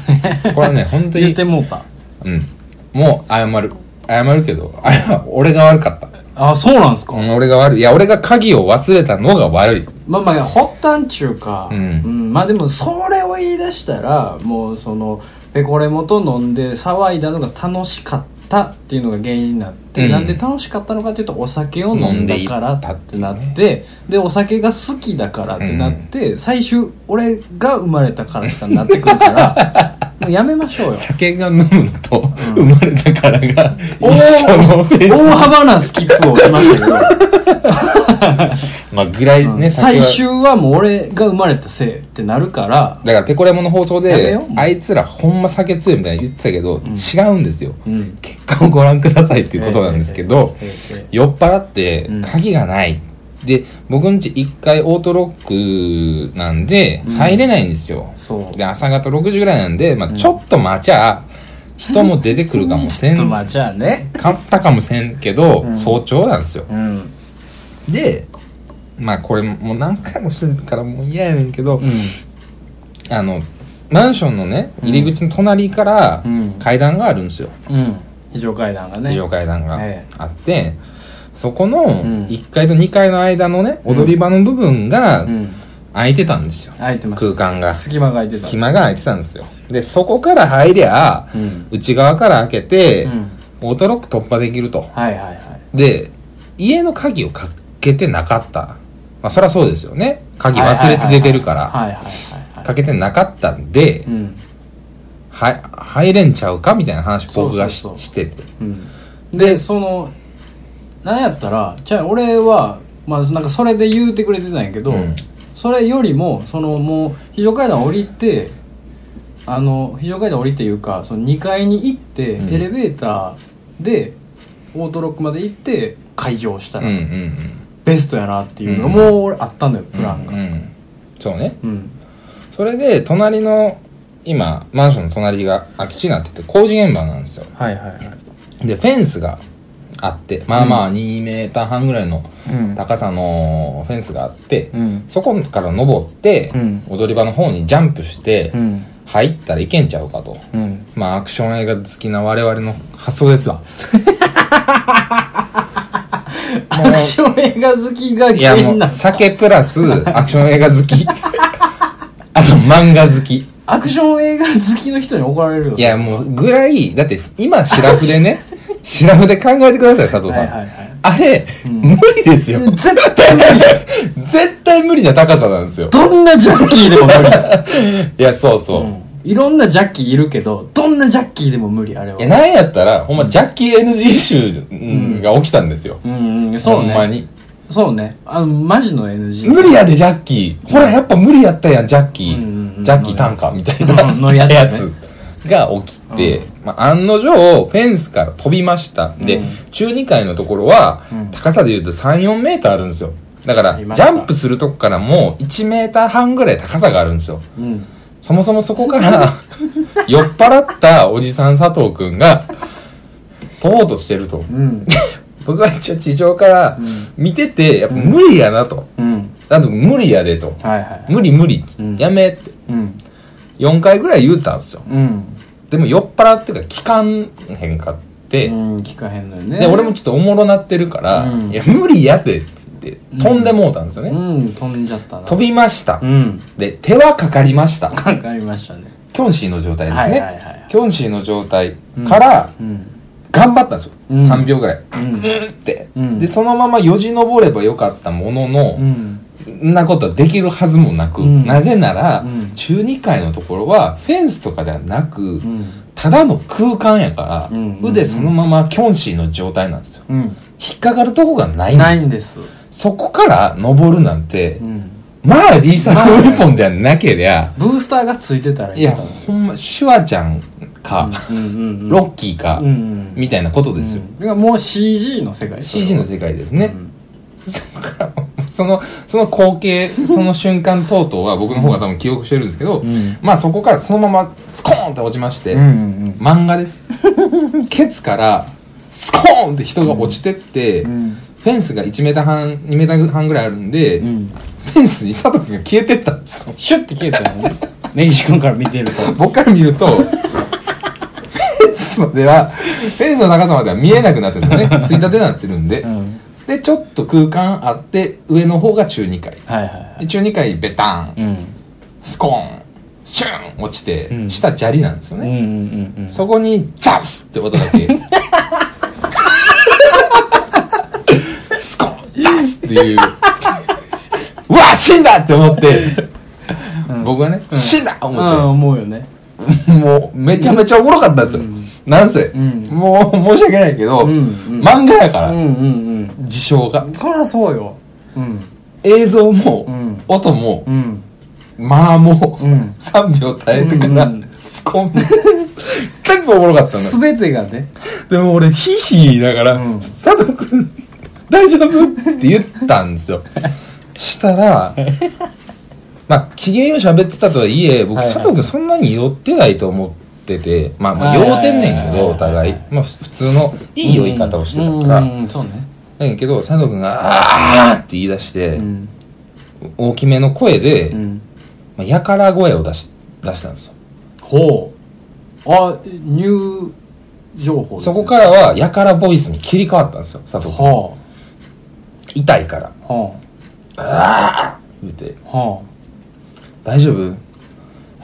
Speaker 1: これはね、本当
Speaker 2: 言っ
Speaker 1: に
Speaker 2: て、もうた。
Speaker 1: うん。もう謝る。謝るけど、あれは俺が悪かった。
Speaker 2: あ、そうなんすか、
Speaker 1: うん俺が悪い。いや、俺が鍵を忘れたのが悪い。
Speaker 2: まあまあ、発端中か。
Speaker 1: うん
Speaker 2: まあでも、それを言い出したら、もうその、ペコレモと飲んで騒いだのが楽しかったっていうのが原因になって、
Speaker 1: うん
Speaker 2: なんで楽しかったのかっていうと、お酒を飲んだからってな
Speaker 1: 飲
Speaker 2: っ
Speaker 1: ん
Speaker 2: て、で、お酒が好きだからってなって、最終、俺が生まれたからってなってく るから、もうやめましょうよ。
Speaker 1: 酒が飲むのと、生まれたからが、
Speaker 2: おー
Speaker 1: 一緒のフェイ
Speaker 2: 大
Speaker 1: ス。
Speaker 2: 幅なスキップをしましたけど。
Speaker 1: まあ、ぐらいね、酒
Speaker 2: 最
Speaker 1: は
Speaker 2: 終はもう俺が生まれたせいってなるから、
Speaker 1: だからペコレモンの放送
Speaker 2: やめ
Speaker 1: で
Speaker 2: ようもう、
Speaker 1: あいつらほんま酒強いみたいに言ってたけど、違うんですよ。
Speaker 2: うん。
Speaker 1: 結果をご覧くださいっていうことなんですけど、
Speaker 2: ええええええ
Speaker 1: 酔っ払って
Speaker 2: うん
Speaker 1: 鍵がない、で僕ん家1階オートロックなんで
Speaker 2: うん
Speaker 1: 入れないんですよ、
Speaker 2: そう
Speaker 1: で朝方6時ぐらいなんで、まあ、ちょっと待ちゃ人も出てくるかもせん
Speaker 2: ちょっとまあじゃあね。
Speaker 1: 買ったかもせんけど、
Speaker 2: うん
Speaker 1: 早朝なんですよ
Speaker 2: うん。
Speaker 1: でまあこれもう何回もしてるからもう嫌やねんけど、
Speaker 2: うん。
Speaker 1: あのマンションのね入り口の隣から
Speaker 2: うん
Speaker 1: 階段があるんですよ、
Speaker 2: うん。非常階段がね。
Speaker 1: 非常階段が
Speaker 2: ええ
Speaker 1: あって、そこ
Speaker 2: ん
Speaker 1: の1階と2階の間のね、踊り場の部分が
Speaker 2: うん。
Speaker 1: 空いてたんですよ。
Speaker 2: 空いてます。
Speaker 1: 空間が。
Speaker 2: 隙間が空いてた。
Speaker 1: 隙間が空いてたんですよ。で、そこから入りゃ、
Speaker 2: うん。
Speaker 1: 内側から開けて、
Speaker 2: うん。
Speaker 1: オートロック突破できると。
Speaker 2: はいはいはい。
Speaker 1: で、家の鍵をかけてなかった。まあ、そりゃそうですよね。鍵忘れて出てるから。
Speaker 2: はいはいはいはい。
Speaker 1: かけてなかったんで
Speaker 2: う、ん。
Speaker 1: は、入れんちゃうかみたいな話を僕がし
Speaker 2: そうそうそう
Speaker 1: してて。
Speaker 2: うん。で、その、なんやったら、じゃあ俺は、まあなんかそれで言うてくれてたんやけど、
Speaker 1: うん
Speaker 2: それよりも、そのもう、非常階段降りて、あの、非常階段降りていうか、その2階に行って、
Speaker 1: うん
Speaker 2: エレベーターで、オートロックまで行って、開場した
Speaker 1: うん
Speaker 2: ら、
Speaker 1: うんうん。
Speaker 2: ベストやなっていうのが、
Speaker 1: うん
Speaker 2: もう俺あったんだよ、プランが。
Speaker 1: うんうんそうね
Speaker 2: うん。
Speaker 1: それで隣の今マンションの隣が空き地になってて工事現場なんですよ
Speaker 2: はいはいはい。
Speaker 1: でフェンスがあってまあまあ2メーター半ぐらいの
Speaker 2: うん。
Speaker 1: 高さのフェンスがあって、
Speaker 2: うん。
Speaker 1: そこから登って、
Speaker 2: うん
Speaker 1: 踊り場の方にジャンプして
Speaker 2: うん。
Speaker 1: 入ったらいけんちゃうかと
Speaker 2: うん。
Speaker 1: まあアクション映画好きな我々の発想 ですわ
Speaker 2: アクション映画好きが
Speaker 1: いや
Speaker 2: 原
Speaker 1: も
Speaker 2: 因な
Speaker 1: うん
Speaker 2: だ
Speaker 1: 酒プラスアクション映画好き あと漫画好き
Speaker 2: アクション映画好きの人に怒られるよ。
Speaker 1: いやもうぐらいだって今シラフでねシラフで考えてください、佐藤さん。
Speaker 2: はいはいはい
Speaker 1: あれ、無理ですよ。
Speaker 2: 絶対無理
Speaker 1: 絶対無理な高さなんですよ。
Speaker 2: どんなジャッキーでも無理だ、
Speaker 1: いや、そうそう。
Speaker 2: いろんなジャッキーいるけどどんなジャッキーでも無理あれはい
Speaker 1: や、なんやったら、ほんま、ジャッキー NG 集うんが起きたんですよ。
Speaker 2: うんうんそう
Speaker 1: ほんま
Speaker 2: ね
Speaker 1: に。
Speaker 2: そうねあのマジの NG
Speaker 1: 無理やで、ジャッキー。ほら、やっぱ無理やったやん、ジャッキ
Speaker 2: うんうんう
Speaker 1: ー。
Speaker 2: ん
Speaker 1: ジャッキー単価みたい
Speaker 2: うん乗
Speaker 1: な
Speaker 2: るやつね
Speaker 1: やつが起きて、まあ、案の定、フェンスから飛びました。で、中2階のところは
Speaker 2: うん、
Speaker 1: 高さで言うと3、4メーターあるんですよ。だから、
Speaker 2: あ
Speaker 1: ジ
Speaker 2: りました
Speaker 1: ャンプするとこからもう1メーター半ぐらい高さがあるんですよ。
Speaker 2: うん
Speaker 1: そもそもそこから 酔っ払ったおじさん佐藤くんが飛ぼうとしてると。
Speaker 2: うん
Speaker 1: 僕は一応地上から見てて、やっぱ無理やなと。
Speaker 2: うん
Speaker 1: あと無理やでと。
Speaker 2: はいはい
Speaker 1: 無理無理っつ
Speaker 2: うん
Speaker 1: やめって。
Speaker 2: うん
Speaker 1: 4回ぐらい言うたんですよ。
Speaker 2: うん
Speaker 1: でも酔っ払ってから聞かんへんかって。
Speaker 2: うん聞かへんのよね
Speaker 1: で、俺もちょっとおもろなってるから、
Speaker 2: うん
Speaker 1: いや、無理やでっつって飛んでもうたんですよね。
Speaker 2: うん飛んじゃったな
Speaker 1: 飛びました
Speaker 2: う。ん
Speaker 1: で、手はかかりました。
Speaker 2: わかりましたね
Speaker 1: キョンシーの状態ですね。
Speaker 2: はいはいはい
Speaker 1: キョンシーの状態から、
Speaker 2: うん
Speaker 1: 頑張ったんですよ、
Speaker 2: うん
Speaker 1: 3秒ぐらい、
Speaker 2: う
Speaker 1: うんん、って、
Speaker 2: うん
Speaker 1: でそのままよじ登ればよかったものの、
Speaker 2: うん
Speaker 1: んなことはできるはずもなく、
Speaker 2: うん
Speaker 1: なぜなら、
Speaker 2: うん
Speaker 1: 中2階のところはフェンスとかではなく、
Speaker 2: うん
Speaker 1: ただの空間やから、
Speaker 2: うんうん
Speaker 1: 腕そのままキョンシーの状態なんですよ
Speaker 2: うん
Speaker 1: 引っかかるとこがないんです
Speaker 2: ないんです
Speaker 1: そこから登るなんて、
Speaker 2: うん
Speaker 1: まあリーサーウルポンではなけりゃ、
Speaker 2: ブースターがついてたらい
Speaker 1: い
Speaker 2: い
Speaker 1: や
Speaker 2: かもし
Speaker 1: ほんまシュワちゃんか、
Speaker 2: れないうんうんうん
Speaker 1: ロッキーか、
Speaker 2: うんうん
Speaker 1: みたいなことですよ、
Speaker 2: うんだからもう CG の世界
Speaker 1: CG の世界ですね、
Speaker 2: ね
Speaker 1: そこからそのその光景その瞬間等々は僕の方が多分記憶してるんですけど、
Speaker 2: ん
Speaker 1: まあそこからそのままスコーンって落ちまして、
Speaker 2: うん
Speaker 1: 漫画です ケツからスコーンって人が落ちてって、
Speaker 2: うん
Speaker 1: フェンスが1メーター半2メーター半ぐらいあるんで、
Speaker 2: うん
Speaker 1: フェンスに佐藤君が消えてったんですよ
Speaker 2: シュッて消えたよね根岸君から見てると
Speaker 1: 僕から見るとフェンスまではフェンスの長さまでは見えなくなってるんですよね ついたてになってるんで、
Speaker 2: うん
Speaker 1: でちょっと空間あって上の方が中2階
Speaker 2: はいはいは
Speaker 1: で中2階ベタ
Speaker 2: い
Speaker 1: ンスコーンシュン落ちて、
Speaker 2: うん
Speaker 1: 下砂利なんですよ
Speaker 2: うんうんう
Speaker 1: ね、
Speaker 2: んうん
Speaker 1: そこにザスって音だけスコーンザスっていううわ死んだって思って、僕はね、死んだ思
Speaker 2: ああ
Speaker 1: って、
Speaker 2: 思うよね
Speaker 1: もうめちゃめちゃおもろかったんですよ、なんせ、
Speaker 2: ん
Speaker 1: もう申し訳ないけど、
Speaker 2: うんうん
Speaker 1: 漫画やから、
Speaker 2: うんうん
Speaker 1: 事象が
Speaker 2: うんそりゃそうようん
Speaker 1: 映像も、
Speaker 2: うん
Speaker 1: 音も、
Speaker 2: うん
Speaker 1: まあもう、
Speaker 2: うん
Speaker 1: 3秒耐えてから、
Speaker 2: うんうん
Speaker 1: スコン全部おもろかったんだ
Speaker 2: 全てがね
Speaker 1: でも俺ヒーヒー言いながら「
Speaker 2: うん
Speaker 1: 佐藤君大丈夫?」って言ったん ですよしたらまあ機嫌よく喋ってたとはいえ僕
Speaker 2: はいはい
Speaker 1: 佐藤君そんなに酔ってないと思っててまあまあ
Speaker 2: はいはい
Speaker 1: 酔
Speaker 2: は
Speaker 1: う
Speaker 2: い
Speaker 1: てんねんけどお互い
Speaker 2: はいはい
Speaker 1: まあふ普通のいい酔い方をしてたから
Speaker 2: うん
Speaker 1: なん
Speaker 2: うんそうね
Speaker 1: やけど佐藤君が「ああ!」って言い出して
Speaker 2: うん
Speaker 1: 大きめの声で
Speaker 2: うん
Speaker 1: まあやから声を出し出したんですよ
Speaker 2: ほうあニュー情報です
Speaker 1: そ
Speaker 2: ね
Speaker 1: こからはやからボイスに切り替わったんですよ佐藤君
Speaker 2: は
Speaker 1: 痛いから
Speaker 2: あは
Speaker 1: 言うて
Speaker 2: あはあ
Speaker 1: 「大丈夫?」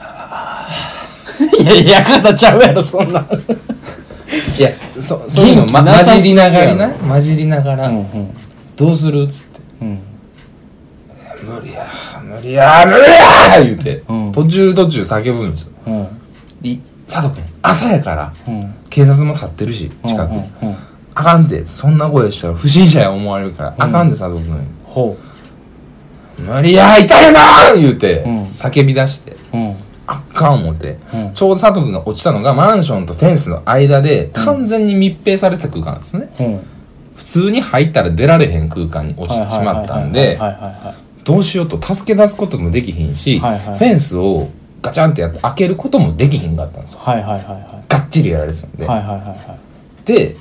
Speaker 2: いやいや、やからちゃうやろ、そんな。
Speaker 1: いや、そ、そういうの、ま、
Speaker 2: 元気なさ
Speaker 1: 混
Speaker 2: す
Speaker 1: じ
Speaker 2: ぎ
Speaker 1: り
Speaker 2: や
Speaker 1: な
Speaker 2: ろ
Speaker 1: がらな。混じりながら、
Speaker 2: ん、
Speaker 1: どうするっつって。
Speaker 2: うん。
Speaker 1: 無理や、無理や、無理や言うて、
Speaker 2: うん
Speaker 1: 途中途中叫ぶんですよ。
Speaker 2: うん。
Speaker 1: い、佐藤君、朝やから、
Speaker 2: うん。
Speaker 1: 警察も立ってるし、近く。
Speaker 2: うん。
Speaker 1: あかんて、そんな声したら不審者や思われるから、あかんで佐藤君。
Speaker 2: ほ
Speaker 1: 無理や、痛いなー言うて、
Speaker 2: うん
Speaker 1: 叫び出して。
Speaker 2: う。うん。
Speaker 1: あかん思って、
Speaker 2: うん
Speaker 1: ちょうど佐藤君が落ちたのがマンションとフェンスの間で完全に密閉されてた空間なんですよね、
Speaker 2: うん。
Speaker 1: 普通に入ったら出られへん空間に落ちてしまったんで
Speaker 2: はいはいは
Speaker 1: どうしようと助け出すこともできひんし、
Speaker 2: はいはい
Speaker 1: フェンスをガチャンってやって開けることもできひんかったんですよ
Speaker 2: いはい。はいはいはいは
Speaker 1: がっちりやられてたんで、
Speaker 2: い。はいはいはいはい。
Speaker 1: で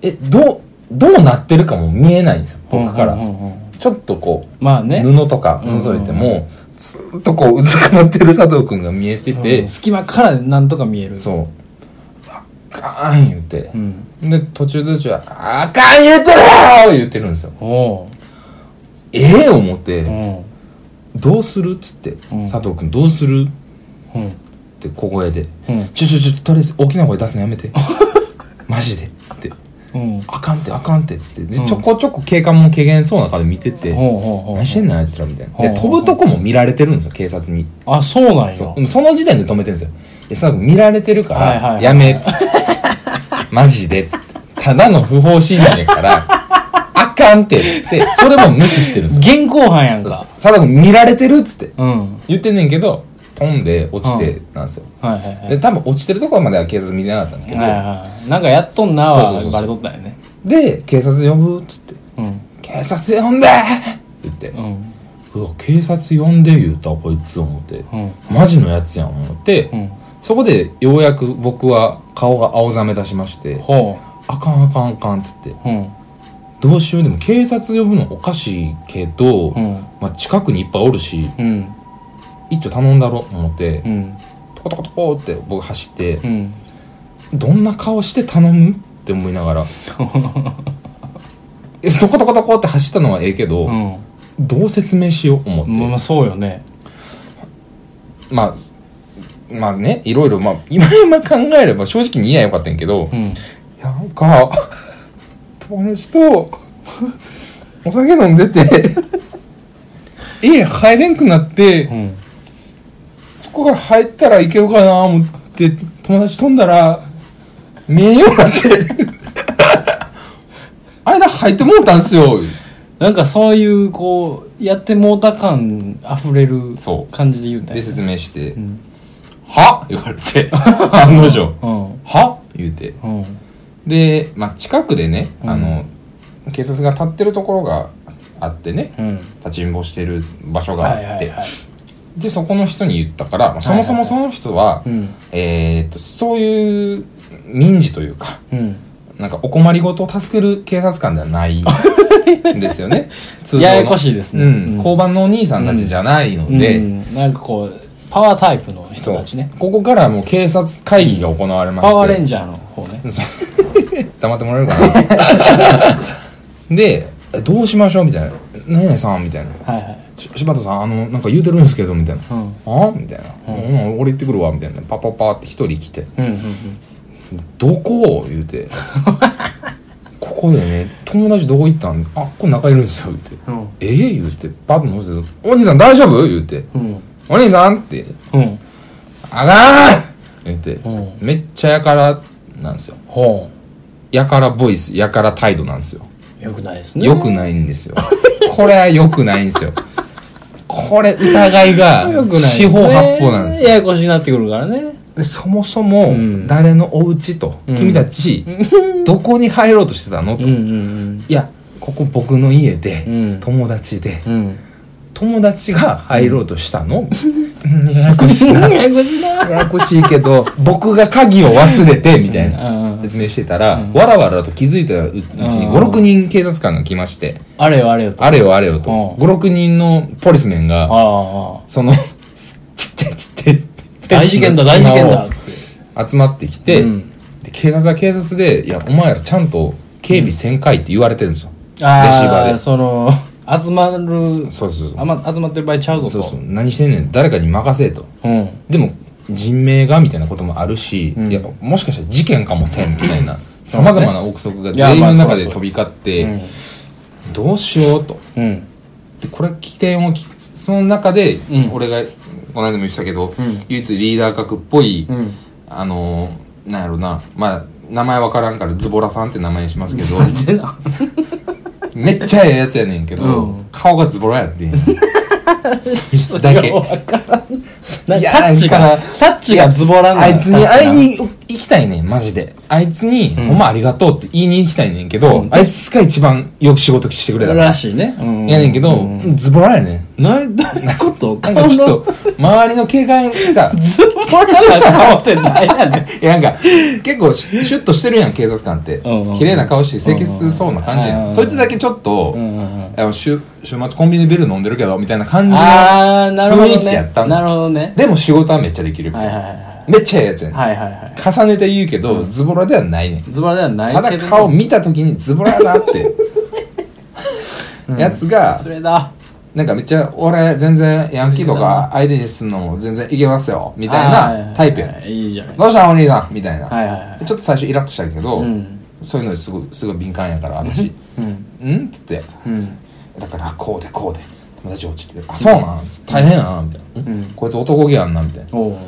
Speaker 1: えどうどうなってるかも見えないんですよ僕から、
Speaker 2: うんうんうん
Speaker 1: ちょっとこう
Speaker 2: まあね。
Speaker 1: 布とか覗いても、ずっとこううずくまってる佐藤君が見えてて、
Speaker 2: うん隙間からなんとか見える。
Speaker 1: そう「あかん」言って
Speaker 2: う。、ん。
Speaker 1: で途中途中は「あかん言うてろ!」言ってるんですよ
Speaker 2: おう。
Speaker 1: ええ思って、
Speaker 2: うん。
Speaker 1: どうするっつって、
Speaker 2: うん
Speaker 1: 佐藤君どうする
Speaker 2: うん。
Speaker 1: って小声で、
Speaker 2: うん
Speaker 1: ちょちょちょとりあえず大きな声出すのやめてマジでっつって
Speaker 2: うん
Speaker 1: あかんってあかんってっつってで
Speaker 2: うん
Speaker 1: ちょこちょこ警官も軽減そうな顔で見てて、
Speaker 2: ほうほうほう
Speaker 1: 何してんのあいつらみたいな
Speaker 2: ほう
Speaker 1: で
Speaker 2: ほう
Speaker 1: 飛ぶとこも見られてるんですよ警察に
Speaker 2: あそうなん
Speaker 1: そう
Speaker 2: よ
Speaker 1: でもその時点で止めてるんですよいやその見られてるか
Speaker 2: はいはいは
Speaker 1: ら
Speaker 2: い
Speaker 1: や めマジでっつってただの不法侵入やからあかんってっつってそれも無視してるんですよ
Speaker 2: 現行犯やん
Speaker 1: そうそ
Speaker 2: か
Speaker 1: う佐田君見られてるっつって
Speaker 2: うん
Speaker 1: 言ってんねんけど飛んで落ちてなんですよ、
Speaker 2: はいはいはい
Speaker 1: で多分落ちてるところまでは警察見てなかったんですけど、
Speaker 2: はいはいなんかやっとんな
Speaker 1: そうそうそうそ
Speaker 2: は
Speaker 1: う
Speaker 2: バレとったよね
Speaker 1: で警察呼ぶっつって
Speaker 2: うん
Speaker 1: 「警察呼んで!」って言って
Speaker 2: う、ん
Speaker 1: うわ警察呼んで言うたこいつ思って、
Speaker 2: うん
Speaker 1: マジのやつやん思って、
Speaker 2: うん
Speaker 1: そこでようやく僕は顔が青ざめ出しまして
Speaker 2: ほ
Speaker 1: 「あかんあかんあかん」っつって
Speaker 2: ううん
Speaker 1: 「どうしようでも警察呼ぶのおかしいけど、
Speaker 2: うん
Speaker 1: まあ、近くにいっぱいおるし
Speaker 2: うん
Speaker 1: 一丁頼んだろ」思って、
Speaker 2: うん
Speaker 1: トコトコトコって僕走って、
Speaker 2: うん
Speaker 1: どんな顔して頼むって思いながらえトコトコトコって走ったのはええけど、
Speaker 2: うん
Speaker 1: どう説明しよう思って、
Speaker 2: まあそうよね
Speaker 1: まあまあねいろいろまあ今今考えれば正直に言えばよかったんやけど、い
Speaker 2: うん
Speaker 1: やなんか友達とお酒飲んでて 家入れんくなって、
Speaker 2: うん
Speaker 1: そこから入ったらいけるかな思って友達飛んだら見えんようになって 間入ってもうたんすよ
Speaker 2: なんかそういうこうやってもうた感あふれる
Speaker 1: そう
Speaker 2: 感じで言うた
Speaker 1: で
Speaker 2: よ
Speaker 1: 説明して
Speaker 2: うん
Speaker 1: 「は言われ て案の定
Speaker 2: うん
Speaker 1: 「は言うて
Speaker 2: うん
Speaker 1: で、まあ、近くでね、
Speaker 2: うん
Speaker 1: あの警察が立ってるところがあってね
Speaker 2: うん
Speaker 1: 立ちんぼしてる場所があっ
Speaker 2: は
Speaker 1: て、
Speaker 2: いはいはい
Speaker 1: でそこの人に言ったから、まあそもそもその人は、
Speaker 2: うん
Speaker 1: えーっとそういう民事というか
Speaker 2: うん
Speaker 1: なんかお困りごとを助ける警察官ではないんですよ ね。通常の
Speaker 2: ややこしいですね
Speaker 1: うん。
Speaker 2: うん
Speaker 1: 交番のお兄さんたちじゃないので、
Speaker 2: うん、なんかこうパワータイプの人たちね
Speaker 1: ここからもう警察会議が行われまして。
Speaker 2: パワーレンジャーの方ね
Speaker 1: 黙ってもらえるか な。で、えどうしましょうみたいな。何々さんみたいな。
Speaker 2: はいはい
Speaker 1: し柴田さん、あの、なんか言うてるんですけど、みたいな。
Speaker 2: うん
Speaker 1: あみたいな。うん俺行ってくるわ、みたいな。パパパって一人来て。
Speaker 2: うんうん
Speaker 1: どこ言う て。ここでね、友達どこ行ったんあ、ここ中いるんですよ、言うて。
Speaker 2: うん
Speaker 1: ええ言うて、パッと乗せて、お兄さん大丈夫言うて、
Speaker 2: うん
Speaker 1: お兄さんって、
Speaker 2: うん
Speaker 1: あがー言うて、
Speaker 2: うん
Speaker 1: めっちゃやからなんですよ。
Speaker 2: ほ
Speaker 1: やからボイス、やから態度なんですよ。
Speaker 2: うよくないですね
Speaker 1: 良くないん ですよ。これは良くないんですよ。これ疑いが
Speaker 2: よくないです
Speaker 1: 四
Speaker 2: ね
Speaker 1: 方八方なんですよ。
Speaker 2: ややこしになってくるからね
Speaker 1: でそもそも
Speaker 2: うん
Speaker 1: 誰のお家と、
Speaker 2: うん
Speaker 1: 君たち、どこに入ろうとしてたの
Speaker 2: う
Speaker 1: と。
Speaker 2: ん
Speaker 1: い
Speaker 2: うん
Speaker 1: や、ここ僕の家で、
Speaker 2: うん
Speaker 1: 友達で、
Speaker 2: うんうん
Speaker 1: 友達が入ろうとしたの、うん、ややこしいな。
Speaker 2: ややこしいな
Speaker 1: ややこしいけど、僕が鍵を忘れて、みたいな。
Speaker 2: うんうん
Speaker 1: 説明してたら、わらわらと気づいたうちに
Speaker 2: う
Speaker 1: 5、
Speaker 2: ん
Speaker 1: 6人警察官が来まして、
Speaker 2: あれよあれよとあ
Speaker 1: あれよあれよと、
Speaker 2: うん
Speaker 1: 5、6人のポリスメンが、
Speaker 2: あああ
Speaker 1: その、ちっちゃいちっちゃい。
Speaker 2: 大事件だ大事件だっつって
Speaker 1: 集まってきて、
Speaker 2: うん
Speaker 1: で警察は警察で、いや、お前らちゃんと警備せんかいって言われてるんですよ。レシーバ
Speaker 2: あ
Speaker 1: ー
Speaker 2: あ
Speaker 1: で。
Speaker 2: その集まる
Speaker 1: そうそうそう。
Speaker 2: あま集まってる場合ちゃうぞと
Speaker 1: そうそう。何してんねん。誰かに任せと。
Speaker 2: うん
Speaker 1: でも人命がみたいなこともあるし、
Speaker 2: うん
Speaker 1: いやもしかしたら事件かもせんみたい なさまざまな憶測が
Speaker 2: いや
Speaker 1: 全員の
Speaker 2: まあ
Speaker 1: 中
Speaker 2: そう
Speaker 1: で
Speaker 2: そう
Speaker 1: 飛び交っ
Speaker 2: う
Speaker 1: て
Speaker 2: ん
Speaker 1: どうしようと
Speaker 2: うん
Speaker 1: でこれ起点をきその中で
Speaker 2: うん
Speaker 1: 俺がこの間も言ってたけど、
Speaker 2: うん
Speaker 1: 唯一リーダー格っぽい、
Speaker 2: うん
Speaker 1: あのーなんやろなまあ名前わからんからズボラさんって名前にしますけ ど
Speaker 2: でな
Speaker 1: めっちゃええやつやねんけど、
Speaker 2: うん
Speaker 1: 顔がズボラやってんや そいつだけ
Speaker 2: わからん
Speaker 1: いや
Speaker 2: タッチ
Speaker 1: な
Speaker 2: が
Speaker 1: んか
Speaker 2: タッチがズボラな
Speaker 1: あいつに
Speaker 2: タッ
Speaker 1: 会
Speaker 2: チが
Speaker 1: いに行きたいねんマジであいつに「
Speaker 2: ん
Speaker 1: お前ありがとう」って言いに行きたいねんけど、
Speaker 2: うん
Speaker 1: あいつが一番よく仕事してくれたから
Speaker 2: らしいねうん
Speaker 1: やねんけど、
Speaker 2: うん
Speaker 1: ズボラやねんな
Speaker 2: どういうこと
Speaker 1: な
Speaker 2: 顔
Speaker 1: んか
Speaker 2: の
Speaker 1: ちょっと周りの警官さ
Speaker 2: ズボラな顔ってないやね
Speaker 1: いやなんか結構シュシュッとしてるやん警察官って、
Speaker 2: うんうん
Speaker 1: 綺麗な顔して清潔そうな感じやん、
Speaker 2: うんうん
Speaker 1: そいつだけちょっと、
Speaker 2: んうんうん
Speaker 1: あの週週末コンビニビール飲んでるけどみたいな感じの
Speaker 2: あーなるほ
Speaker 1: 雰
Speaker 2: ど
Speaker 1: 囲気や
Speaker 2: ね
Speaker 1: ったの
Speaker 2: なるほどね
Speaker 1: でも仕事はめっちゃできるみた
Speaker 2: はいい
Speaker 1: な、
Speaker 2: はいは
Speaker 1: めっちゃええやつや
Speaker 2: い
Speaker 1: ねん、
Speaker 2: はいはいはい
Speaker 1: 重ねて言うけど、ズボラではないねん
Speaker 2: ズボラではない
Speaker 1: た
Speaker 2: けれ
Speaker 1: だ
Speaker 2: ど
Speaker 1: 顔見た時にズボラだなって やつが
Speaker 2: それだ
Speaker 1: なんかめっちゃ俺全然ヤンキーとか相手にするのも全然いけますよみたい
Speaker 2: あーはいはいは
Speaker 1: ないタイプやねん
Speaker 2: いいじゃない
Speaker 1: どうしたお兄さんみたいな
Speaker 2: はいはいはい
Speaker 1: ちょっと最初イラッとしたけど
Speaker 2: うん
Speaker 1: そういうのすごいすごい敏感やから私
Speaker 2: うん
Speaker 1: 「うん?」っつって
Speaker 2: うん
Speaker 1: だからこうでこうで友達落ちてて「あそうなん大変やな」みたいな、
Speaker 2: うん
Speaker 1: こいつ男気あんな」みたいな
Speaker 2: お
Speaker 1: 「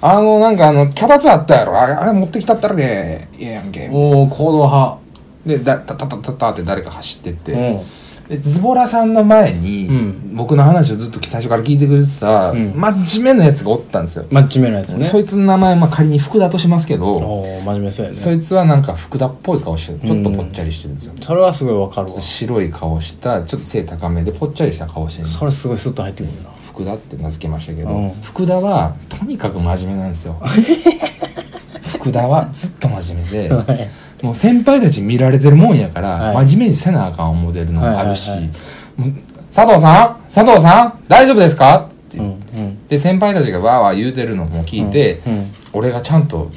Speaker 1: あのなんかあのキャバツあったやろあれあれ持ってきたったらけええやんけ」
Speaker 2: おお行動派
Speaker 1: でだタタタタタって誰か走ってって、
Speaker 2: うん
Speaker 1: でズボラさんの前に、
Speaker 2: うん
Speaker 1: 僕の話をずっと最初から聞いてくれてた、
Speaker 2: うん
Speaker 1: 真面目なやつがおったんですよ、
Speaker 2: マッチ目のやつね
Speaker 1: そいつの名前、まあ、仮に福田としますけど、
Speaker 2: おお真面目そうやね
Speaker 1: そいつはなんか福田っぽい顔してるちょっとぽっちゃりしてるんですよ、
Speaker 2: それはすごいわかるわ
Speaker 1: 白い顔したちょっと背高めでぽっちゃりした顔してる
Speaker 2: それすごいスッと入ってくるな
Speaker 1: 福田って名付けましたけど、
Speaker 2: うん
Speaker 1: 福田はとにかく真面目なんです よ福田はずっと真面目で
Speaker 2: はい
Speaker 1: もう先輩たち見られてるもんやから、
Speaker 2: はい
Speaker 1: 真面目にせなあかん思うてるのもあるし、
Speaker 2: はいはいは
Speaker 1: も
Speaker 2: い
Speaker 1: う佐藤さん佐藤さん大丈夫ですか?」って、
Speaker 2: うんうん
Speaker 1: で先輩たちがわーわー言うてるのも聞いて、
Speaker 2: うんうん
Speaker 1: 俺がちゃんと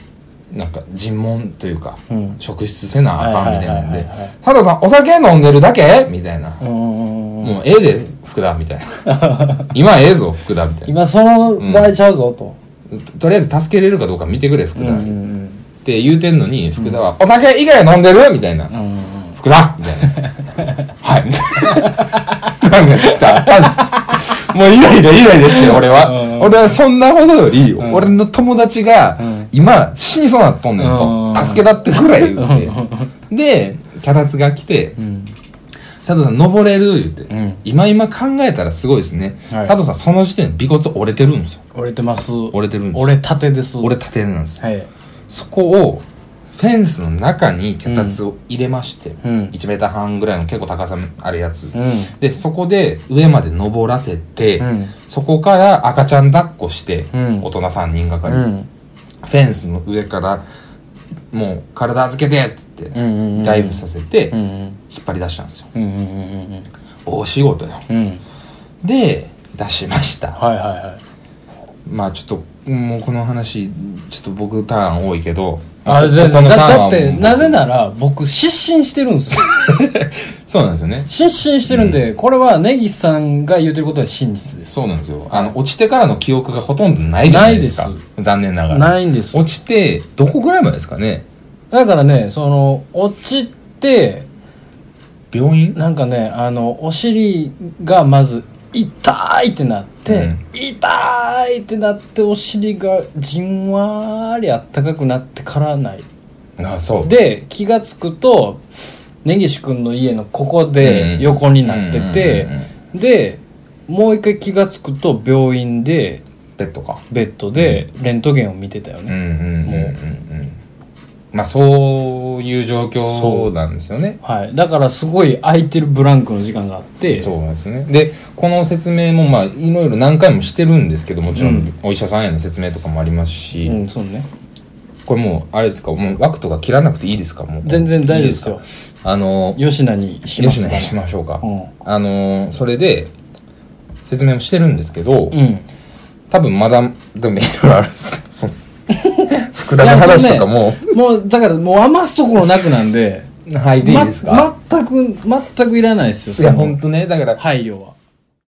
Speaker 1: なんか尋問というか、
Speaker 2: うん
Speaker 1: 職質せなあかんみたいなん
Speaker 2: はい
Speaker 1: で
Speaker 2: はいはいはい
Speaker 1: 「佐藤さんお酒飲んでるだけ?」みたいな
Speaker 2: う。んうんうん
Speaker 1: もうええで福田みたい な今ええぞ福田みたいな
Speaker 2: 今その場合ちゃうぞと
Speaker 1: ととりあえず助けれるかどうか見てくれ福田、
Speaker 2: うん
Speaker 1: っ
Speaker 2: うんうん
Speaker 1: て言うてんのに福田は「お酒以外飲んでる?」みたいな
Speaker 2: うんうん
Speaker 1: 福田みたいな。はい。みたいな。なんかちょっとあったんですもうイライライライラして、俺
Speaker 2: うん
Speaker 1: は。俺はそんなことより、
Speaker 2: ん
Speaker 1: 俺の友達が
Speaker 2: ん、
Speaker 1: 今、死にそうなっとんねん
Speaker 2: うん
Speaker 1: と。助けだってくれ、言うて。で、脚立が来て、
Speaker 2: うん
Speaker 1: 佐藤さん登れる、言うて
Speaker 2: ん。
Speaker 1: 今今考えたらすごいですね。
Speaker 2: はい
Speaker 1: 佐藤さん、その時点で尾骨折れてるんですよ。
Speaker 2: 折れてます
Speaker 1: 折れてるんです
Speaker 2: 折れたてです
Speaker 1: 折れたてなんですよ
Speaker 2: はい
Speaker 1: そこを、フェンスの中に脚立を入れまして、
Speaker 2: うん
Speaker 1: 1メーター半ぐらいの結構高さあるやつ。
Speaker 2: う
Speaker 1: でそこで上まで登らせて、
Speaker 2: うん
Speaker 1: そこから赤ちゃん抱っこして、
Speaker 2: うん
Speaker 1: 大人3人がかり、
Speaker 2: んう
Speaker 1: フ
Speaker 2: ん
Speaker 1: ェンスの上からもう体預けてっつって
Speaker 2: うんうんうん
Speaker 1: ダイブさせて、
Speaker 2: うんう
Speaker 1: 引
Speaker 2: ん
Speaker 1: っ張り出したんですよ
Speaker 2: うんうんうん
Speaker 1: 大仕事よ
Speaker 2: うんうん
Speaker 1: で出しました
Speaker 2: はいはいはい
Speaker 1: まあちょっともうこの話ちょっと僕ターン多いけど
Speaker 2: あ全
Speaker 1: こ
Speaker 2: 然
Speaker 1: の
Speaker 2: だ
Speaker 1: ターンは
Speaker 2: だ
Speaker 1: も
Speaker 2: っ
Speaker 1: う
Speaker 2: てなぜなら僕失神してるん ですよ
Speaker 1: そうなんですよね
Speaker 2: 失神してるんで、これは根岸さんが言うてることは真実です
Speaker 1: そうなんですよあの落ちてからの記憶がほとんどないじゃないですか
Speaker 2: ないで
Speaker 1: 残念ながら
Speaker 2: ないんですよ
Speaker 1: 落ちてどこぐらいまでですかね
Speaker 2: だからねその落ちて
Speaker 1: 病院
Speaker 2: なんかねあのお尻がまず痛いってなって、
Speaker 1: うん
Speaker 2: 痛いってなってお尻がじんわりあったかくなってからない
Speaker 1: あそう
Speaker 2: で気が付くと根岸君の家のここで
Speaker 1: うん
Speaker 2: 横になって
Speaker 1: う
Speaker 2: て
Speaker 1: んうんうん
Speaker 2: でもう一回気が付くと病院で
Speaker 1: ベッドか
Speaker 2: ベッドでレントゲンを見てたよ
Speaker 1: うんうん
Speaker 2: ね、
Speaker 1: うんうんうんまあそういう状況なんですよね
Speaker 2: はい、だからすごい空いてるブランクの時間があって
Speaker 1: そうなんですよねでこの説明もまあいろいろ何回もしてるんですけどもちろ
Speaker 2: うん
Speaker 1: んお医者さんへの説明とかもありますし、
Speaker 2: うん、そうね
Speaker 1: これもうあれですかもう枠とか切らなくていいですかもう
Speaker 2: 全然大丈夫ですよ
Speaker 1: いいですかあの
Speaker 2: 吉野にし
Speaker 1: よ
Speaker 2: ま
Speaker 1: し
Speaker 2: すか
Speaker 1: ね
Speaker 2: ら
Speaker 1: しましょうか、
Speaker 2: うん
Speaker 1: あのそれで説明もしてるんですけど、
Speaker 2: うん
Speaker 1: 多分まだでもいろいろあるんですよ その福田の話とかも、
Speaker 2: もうだからもう余すところなくなんで
Speaker 1: はいでいいですか、
Speaker 2: ま、全く全くいらないですよ
Speaker 1: いや
Speaker 2: その
Speaker 1: 本当ねだから
Speaker 2: 配慮は